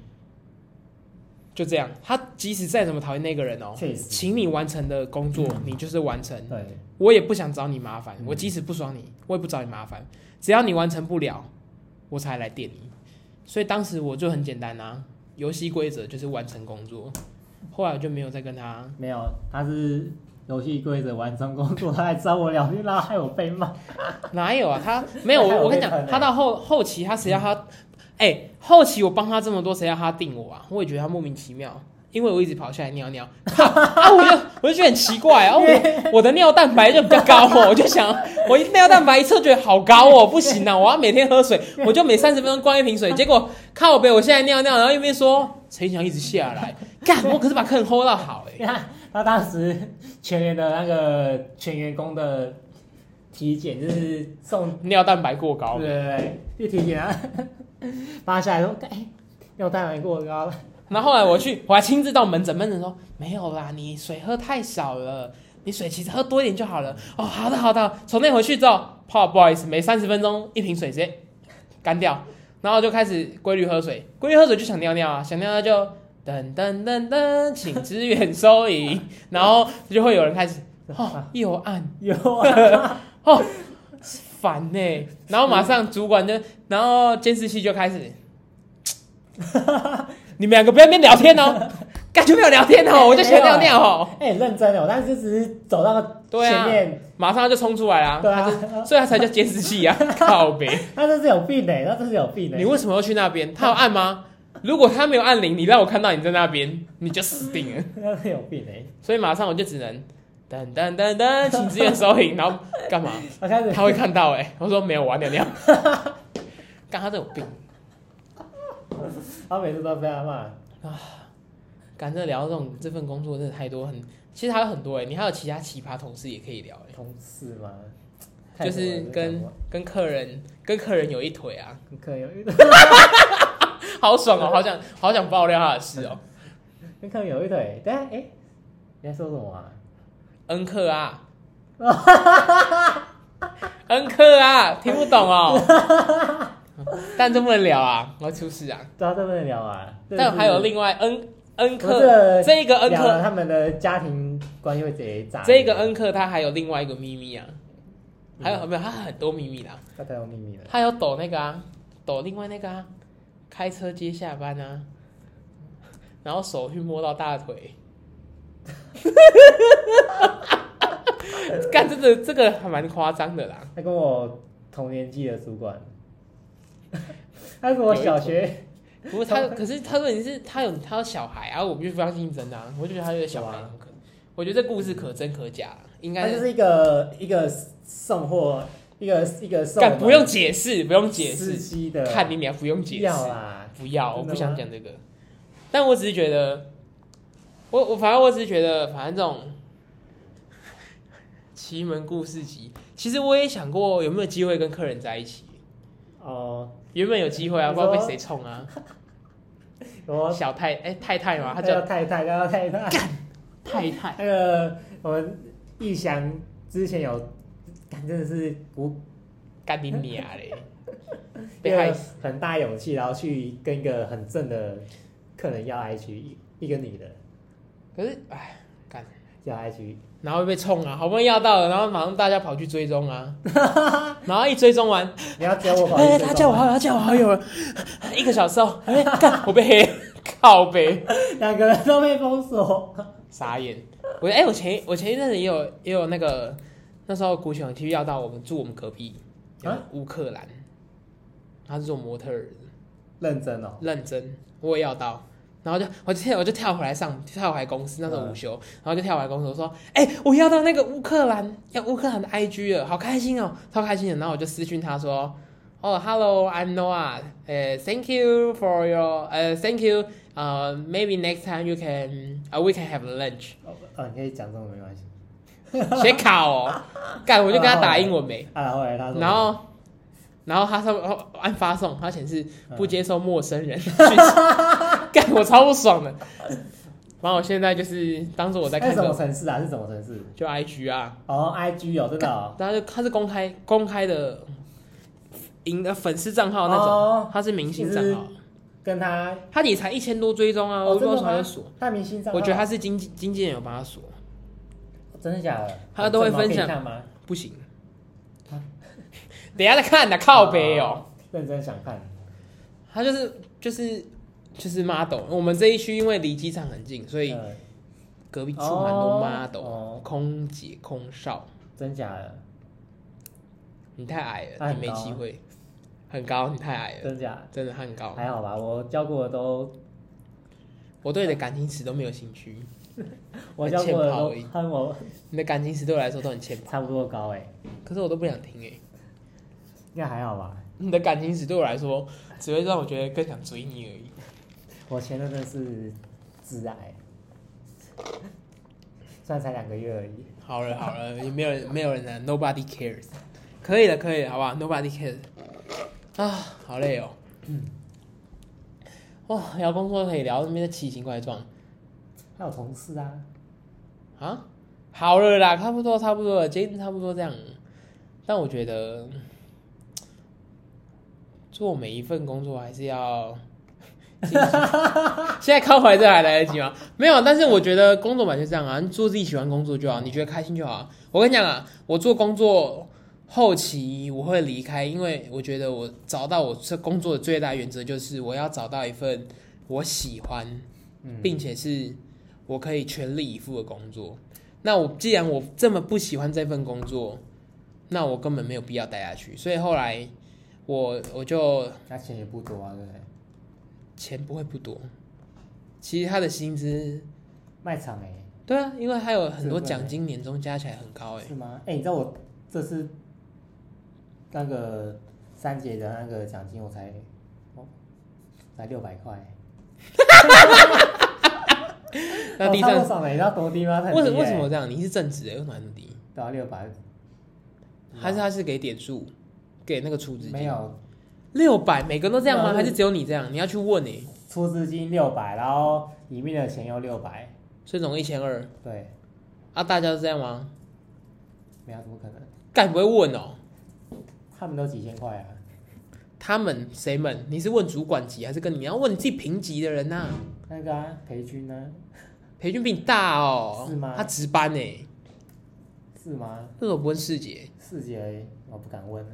Speaker 1: 就这样。他即使再怎么讨厌那个人哦，
Speaker 2: 确实嗯
Speaker 1: 请你完成的工作，你就是完成。
Speaker 2: 对，
Speaker 1: 我也不想找你麻烦，
Speaker 2: 嗯
Speaker 1: 我即使不爽你，我也不找你麻烦，只要你完成不了，我才来电你。所以当时我就很简单啊，游戏规则就是完成工作。后来我就没有再跟他，
Speaker 2: 没有，他是游戏规则完成工作，他还找我聊天，然后害我被骂。
Speaker 1: 哪有啊？他没有，
Speaker 2: 他还有
Speaker 1: 我我跟你
Speaker 2: 被喷
Speaker 1: 讲，
Speaker 2: 欸
Speaker 1: 他到后后期他谁要他，哎、后期我帮他这么多，谁要他定我啊？我也觉得他莫名其妙，因为我一直跑下来尿尿，啊，我就我就觉得很奇怪啊，我我的尿蛋白就比较高哦，我就想我尿蛋白一测觉得好高哦，不行啊，我要每天喝水，我就每三十分钟灌一瓶水，结果靠北，我现在尿尿，然后一边说陈翔一直下来，干，我可是把客人 hold 到好哎、
Speaker 2: 因为他他当时全员的那个全员工的体检就是送
Speaker 1: 尿蛋白过高，
Speaker 2: 对对对，一体检啊， 扒下来说，哎、尿蛋白过高了，
Speaker 1: 然后后来我去，我还亲自到门诊，门诊说没有啦，你水喝太少了，你水其实喝多一点就好了。哦，好的好的。从那回去之后，泡不好意思，每三十分钟一瓶水直接 干掉，然后就开始规律喝水，规律喝水就想尿尿啊，想尿尿就噔噔噔噔，请支援收银， 然后就会有人开始哦右按
Speaker 2: 有啊，
Speaker 1: 哦烦呢、然后马上主管就，然后监视器就开始，你们两个不要在那边聊天哦，感觉没有聊天哦，我就想尿尿哦，
Speaker 2: 哎、认真的，我当时只是走到
Speaker 1: 对啊
Speaker 2: 前面，
Speaker 1: 马上就冲出来啦，
Speaker 2: 对啊，
Speaker 1: 所以他才叫监视器啊，靠北，
Speaker 2: 他这是有病的、欸他这是有病的、
Speaker 1: 你为什么要去那边？他有按吗？如果他没有按铃，你让我看到你在那边，你就死定了。
Speaker 2: 他是有病的、欸
Speaker 1: 所以马上我就只能噔噔噔噔，请支援收银，然后干嘛？
Speaker 2: 他开始
Speaker 1: 他会看到哎、我说没有，我要尿尿。干他这有病。
Speaker 2: 他每次都被他骂，
Speaker 1: 敢真的聊到这种这欸份工作，真的太多很，其实还有很多哎、你还有其他奇葩同事也可以聊哎、
Speaker 2: 同事嘛，太
Speaker 1: 就
Speaker 2: 久了
Speaker 1: 是
Speaker 2: 没讲
Speaker 1: 跟
Speaker 2: 过
Speaker 1: 跟客人跟客人有一腿啊，
Speaker 2: 跟客人有一
Speaker 1: 好爽哦，好想好想爆料他的事哦，
Speaker 2: 跟客人有一腿，但哎、诶你在说什么啊？
Speaker 1: 恩客啊，恩客啊，听不懂哦，但这不能聊啊，我要出事啊。
Speaker 2: 抓这不能聊啊，
Speaker 1: 但还有
Speaker 2: 另
Speaker 1: 另外恩恩
Speaker 2: 我这
Speaker 1: 客
Speaker 2: 个
Speaker 1: 这一个恩
Speaker 2: 聊了
Speaker 1: 客
Speaker 2: 他们的家庭关系会直接炸。
Speaker 1: 这个恩客他还有另外一个秘密啊，还有
Speaker 2: 嗯
Speaker 1: 没有他很多秘密啦，
Speaker 2: 他太有秘密了。
Speaker 1: 他有抖那个啊，抖另外那个啊，开车接下班啊，然后手去摸到大腿， 干这个这个还蛮夸张的啦，
Speaker 2: 他跟我同年纪的主管， 他是我小学
Speaker 1: 不过他可是他说你是他有他有小孩啊，我就不相信真的、啊，我就觉得他有小孩
Speaker 2: 有啊，
Speaker 1: 我觉得这故事可真可假，应
Speaker 2: 他
Speaker 1: 该
Speaker 2: 就是一个一个送货，一个一个送我
Speaker 1: 干
Speaker 2: 们
Speaker 1: 不用解释不用解
Speaker 2: 司
Speaker 1: 释，
Speaker 2: 机啊的，
Speaker 1: 看你俩不用解释
Speaker 2: 要。啊啦，
Speaker 1: 不要，
Speaker 2: 真的
Speaker 1: 我
Speaker 2: 吗
Speaker 1: 不想讲这个。但我只是觉得，我我反正我只是觉得，反正这种奇门故事集，其实我也想过有没有机会跟客人在一起。
Speaker 2: 哦，
Speaker 1: 原本有机会啊，
Speaker 2: 你
Speaker 1: 不知
Speaker 2: 说哦
Speaker 1: 道被谁冲啊，
Speaker 2: 我
Speaker 1: 小太哎、太太嘛，她
Speaker 2: 叫
Speaker 1: 叫
Speaker 2: 太太，叫太太。
Speaker 1: 太太，
Speaker 2: 那个我们逸翔之前有，干真的是鼓
Speaker 1: 干你娘 嘞！
Speaker 2: 一
Speaker 1: 被害
Speaker 2: 个
Speaker 1: 死，
Speaker 2: 很大勇气，然后去跟一个很正的客人要 I 区，一一个女的
Speaker 1: 可是哎，干，
Speaker 2: 要 I 区，
Speaker 1: 然后被冲啊，好不容易要到了，然后马上大家跑去追踪 啊，然后一追踪完，
Speaker 2: 你要只要我跑去
Speaker 1: 哎，他
Speaker 2: 追踪
Speaker 1: 叫我
Speaker 2: 吗
Speaker 1: 好友，他叫我好友了，一个小时后， 哎，干，我被黑，靠背。
Speaker 2: 两个人都被封锁。
Speaker 1: 傻眼。我哎、我前我前一阵子也有也有那个那时候古雪体育要到我们住我们隔壁
Speaker 2: 啊
Speaker 1: 乌克兰，他是做模特儿，
Speaker 2: 认真哦，
Speaker 1: 认真我也要到。然后就我就跳我就跳回来上跳回来公司，那时候午休，然后就跳回来公司，我说：“哎、我要到那个乌克兰，要乌克兰的 IG 了，好开心哦，超开心的。”然后我就私讯他说：“哦、h e l l o I'm Noah，呃、t h a n k you for your，呃、t h a n k you，呃、m a y b e next time you can，呃、w e can have lunch。”
Speaker 2: 哦，哦你可以讲这种没关系。
Speaker 1: 写卡哦，干，我就跟他打英文没，
Speaker 2: 啊，后来他说，
Speaker 1: 然后，然后他上面哦按发送，他显示不接受陌生 人讯息，干我超不爽的。然后我现在就是当做我在
Speaker 2: 那
Speaker 1: 看
Speaker 2: 是什么
Speaker 1: 个
Speaker 2: 城市啊？是什么城市？
Speaker 1: 就 IG 啊，
Speaker 2: 哦，IG 哦，真的哦，
Speaker 1: 然后就他是公开公开的，赢的粉丝账号那种，
Speaker 2: 哦，
Speaker 1: 他是明星账号，
Speaker 2: 跟他
Speaker 1: 他也才一千多追踪啊，
Speaker 2: 哦
Speaker 1: 我不知道
Speaker 2: 真的
Speaker 1: 从哪里
Speaker 2: 吗
Speaker 1: 锁，
Speaker 2: 他明星账号，
Speaker 1: 我觉得他是经纪经纪人有帮他锁，
Speaker 2: 真的假的？
Speaker 1: 他都会
Speaker 2: 很正吗
Speaker 1: 分享
Speaker 2: 可以看吗？
Speaker 1: 不行，
Speaker 2: 啊
Speaker 1: 等一下再看的靠北哦。
Speaker 2: 认真想看，
Speaker 1: 他就是就是就是 model。我们这一区因为离机场很近，所以
Speaker 2: 嗯
Speaker 1: 隔壁住蛮多
Speaker 2: 哦
Speaker 1: model，、
Speaker 2: 哦
Speaker 1: 空姐、空少。
Speaker 2: 真假的，
Speaker 1: 你太矮
Speaker 2: 他
Speaker 1: 了，
Speaker 2: 很
Speaker 1: 你没
Speaker 2: 高啊
Speaker 1: 机会。很高，你太矮了，
Speaker 2: 真假的，
Speaker 1: 真的他很高。
Speaker 2: 还好吧？我教过的都，
Speaker 1: 我对你的感情史都没有兴趣，
Speaker 2: 我教过的
Speaker 1: 欠炮
Speaker 2: 都
Speaker 1: 而已
Speaker 2: 和我
Speaker 1: 你的感情史对我来说都很欠
Speaker 2: 差不多高哎，
Speaker 1: 可是我都不想听哎、
Speaker 2: 应该还好吧？
Speaker 1: 你的感情史对我来说，只会让我觉得更想追你而已。
Speaker 2: 我前任真的是挚爱，虽然才两个月而已，
Speaker 1: 好了好了，也没有人没有人了，Nobody cares。可以了可以了，好不好？Nobody cares。啊，好累哦。哇，聊工作可以聊那边的奇形怪状
Speaker 2: 还有同事啊，
Speaker 1: 啊。好了啦，差不多差不多了，今天差不多这样。但我觉得做每一份工作还是要尽心。现在靠怀这还来得及吗？没有，但是我觉得工作本来就这样啊，你做自己喜欢工作就好，你觉得开心就好啊。我跟你讲啊，我做工作后期我会离开，因为我觉得我找到我这工作的最大原则就是我要找到一份我喜欢，
Speaker 2: 嗯
Speaker 1: 并且是我可以全力以赴的工作。那我既然我这么不喜欢这份工作，那我根本没有必要待下去。所以后来我我就
Speaker 2: 那钱也不多啊，对不对？
Speaker 1: 钱不会不多，其实他的薪资
Speaker 2: 卖场哎、
Speaker 1: 对啊，因为还有很多
Speaker 2: 真的
Speaker 1: 奖金，年终加起来很高哎、
Speaker 2: 是吗？哎、你知道我这次那个三节的那个奖金，我才哦，才六百块，
Speaker 1: 那第
Speaker 2: 哦超
Speaker 1: 三
Speaker 2: 不，爽的，你知道多低吗？很啊
Speaker 1: 为什
Speaker 2: 低
Speaker 1: 么
Speaker 2: 欸
Speaker 1: 为什么这样？你是正职哎、为什么还那么低？
Speaker 2: 对啊，六百
Speaker 1: 还是他是给点数，给那个出资金？
Speaker 2: 没有
Speaker 1: 六百，每个人都这样吗？
Speaker 2: 没有
Speaker 1: 还是只有你这样？你要去问欸诶、
Speaker 2: 出资金六百，然后里面的钱又六百，
Speaker 1: 所以总共一千二
Speaker 2: 对，
Speaker 1: 啊，大家都这样吗？
Speaker 2: 没有怎么可能？
Speaker 1: 干不会问哦、
Speaker 2: 他们都几千块啊，
Speaker 1: 他们谁们？你是问主管级还是跟你你要问你自己平级的人呐、
Speaker 2: 那个啊，培军呢、
Speaker 1: 培训比你大哦、
Speaker 2: 是吗
Speaker 1: 他值班欸呢、
Speaker 2: 是吗？
Speaker 1: 为什么不问世杰？
Speaker 2: 四姐而已，我不敢问了。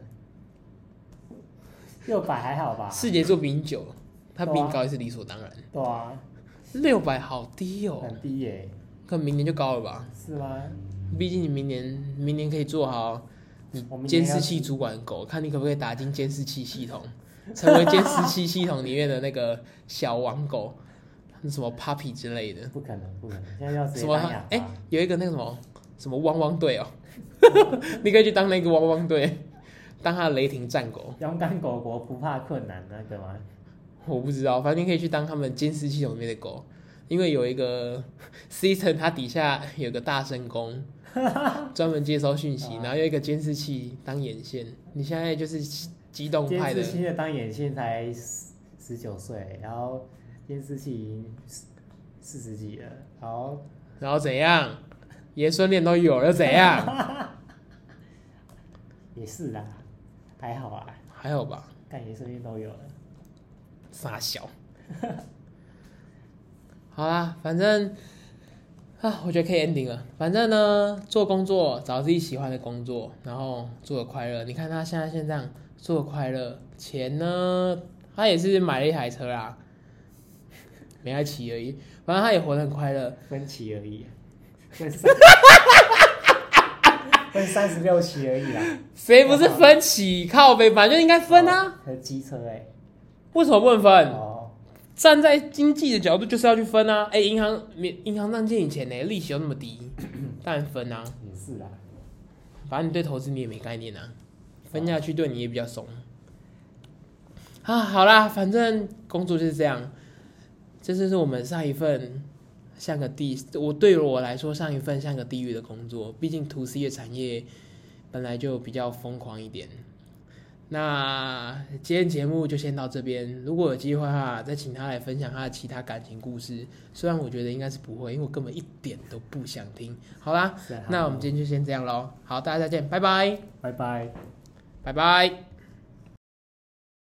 Speaker 2: 六百还好吧？
Speaker 1: 世杰做比你久，他比你高也是理所当然。
Speaker 2: 啊对啊，嗯
Speaker 1: 六百好低哦、
Speaker 2: 很低耶、
Speaker 1: 可能明年就高了吧？
Speaker 2: 是吗？
Speaker 1: 毕竟你明年明年可以做好你
Speaker 2: 我明年
Speaker 1: 监
Speaker 2: 要
Speaker 1: 视器主管狗，看你可不可以打进监视器系统，成为监视器系统里面的那个小王狗，什么 puppy 之类的，
Speaker 2: 不可能，不可能，现在要直
Speaker 1: 什
Speaker 2: 接
Speaker 1: 么
Speaker 2: 当哑
Speaker 1: 哎、
Speaker 2: 巴。
Speaker 1: 有一个那个什么什么汪汪队哦，
Speaker 2: 嗯
Speaker 1: 你可以去当那个汪汪队，当他的雷霆战狗，
Speaker 2: 勇敢狗狗不怕困难啊那个吗？
Speaker 1: 我不知道，反正你可以去当他们监视系统里面的狗。因为有一个 season，它底下有个大声 公，专门接收讯息，
Speaker 2: 啊
Speaker 1: 然后有一个监视器当眼线。你现在就是激动
Speaker 2: 监
Speaker 1: 派的
Speaker 2: 视，器的当眼线才十十九岁，然后监视器已经四四十几了，然后
Speaker 1: 然后怎样？爷孙恋都有了，怎 样？
Speaker 2: 也是啦，还好啊，
Speaker 1: 还有吧，
Speaker 2: 但也顺便都有了。
Speaker 1: 傻小。好啦，反正啊，我觉得可以 ending 了。反正呢，做工作找自己喜欢的工作，然后做的快乐。你看他现在现在这样做的快乐，钱呢，他也是买了一台车啦， 没爱骑而已。反正他也活得很快乐。
Speaker 2: 分期而已，啊分三， 分三十六期而已啦。
Speaker 1: 谁不是分期靠背，本来就应该分啊？
Speaker 2: 还有机车哎、
Speaker 1: 为什么不能分？
Speaker 2: 哦，
Speaker 1: 站在经济的角度，就是要去分啊！哎、银行免银行让借你钱呢、利息又那么低，当然分啊！
Speaker 2: 也是啦，
Speaker 1: 反正你对投资你也没概念啊，分下去对你也比较怂。啊，好啦，反正工作就是这样，这就是我们上一份像个地，我对于我来说上一份像个地狱的工作，毕竟 to C 的产业本来就比较疯狂一点。那今天节目就先到这边，如果有机会的话，再请他来分享他的其他感情故事。虽然我觉得应该是不会，因为我根本一点都不想听。好啦，
Speaker 2: 是啊
Speaker 1: 那我们今天就先这样喽。好，大家再见，拜拜，
Speaker 2: 拜拜。
Speaker 1: 拜拜。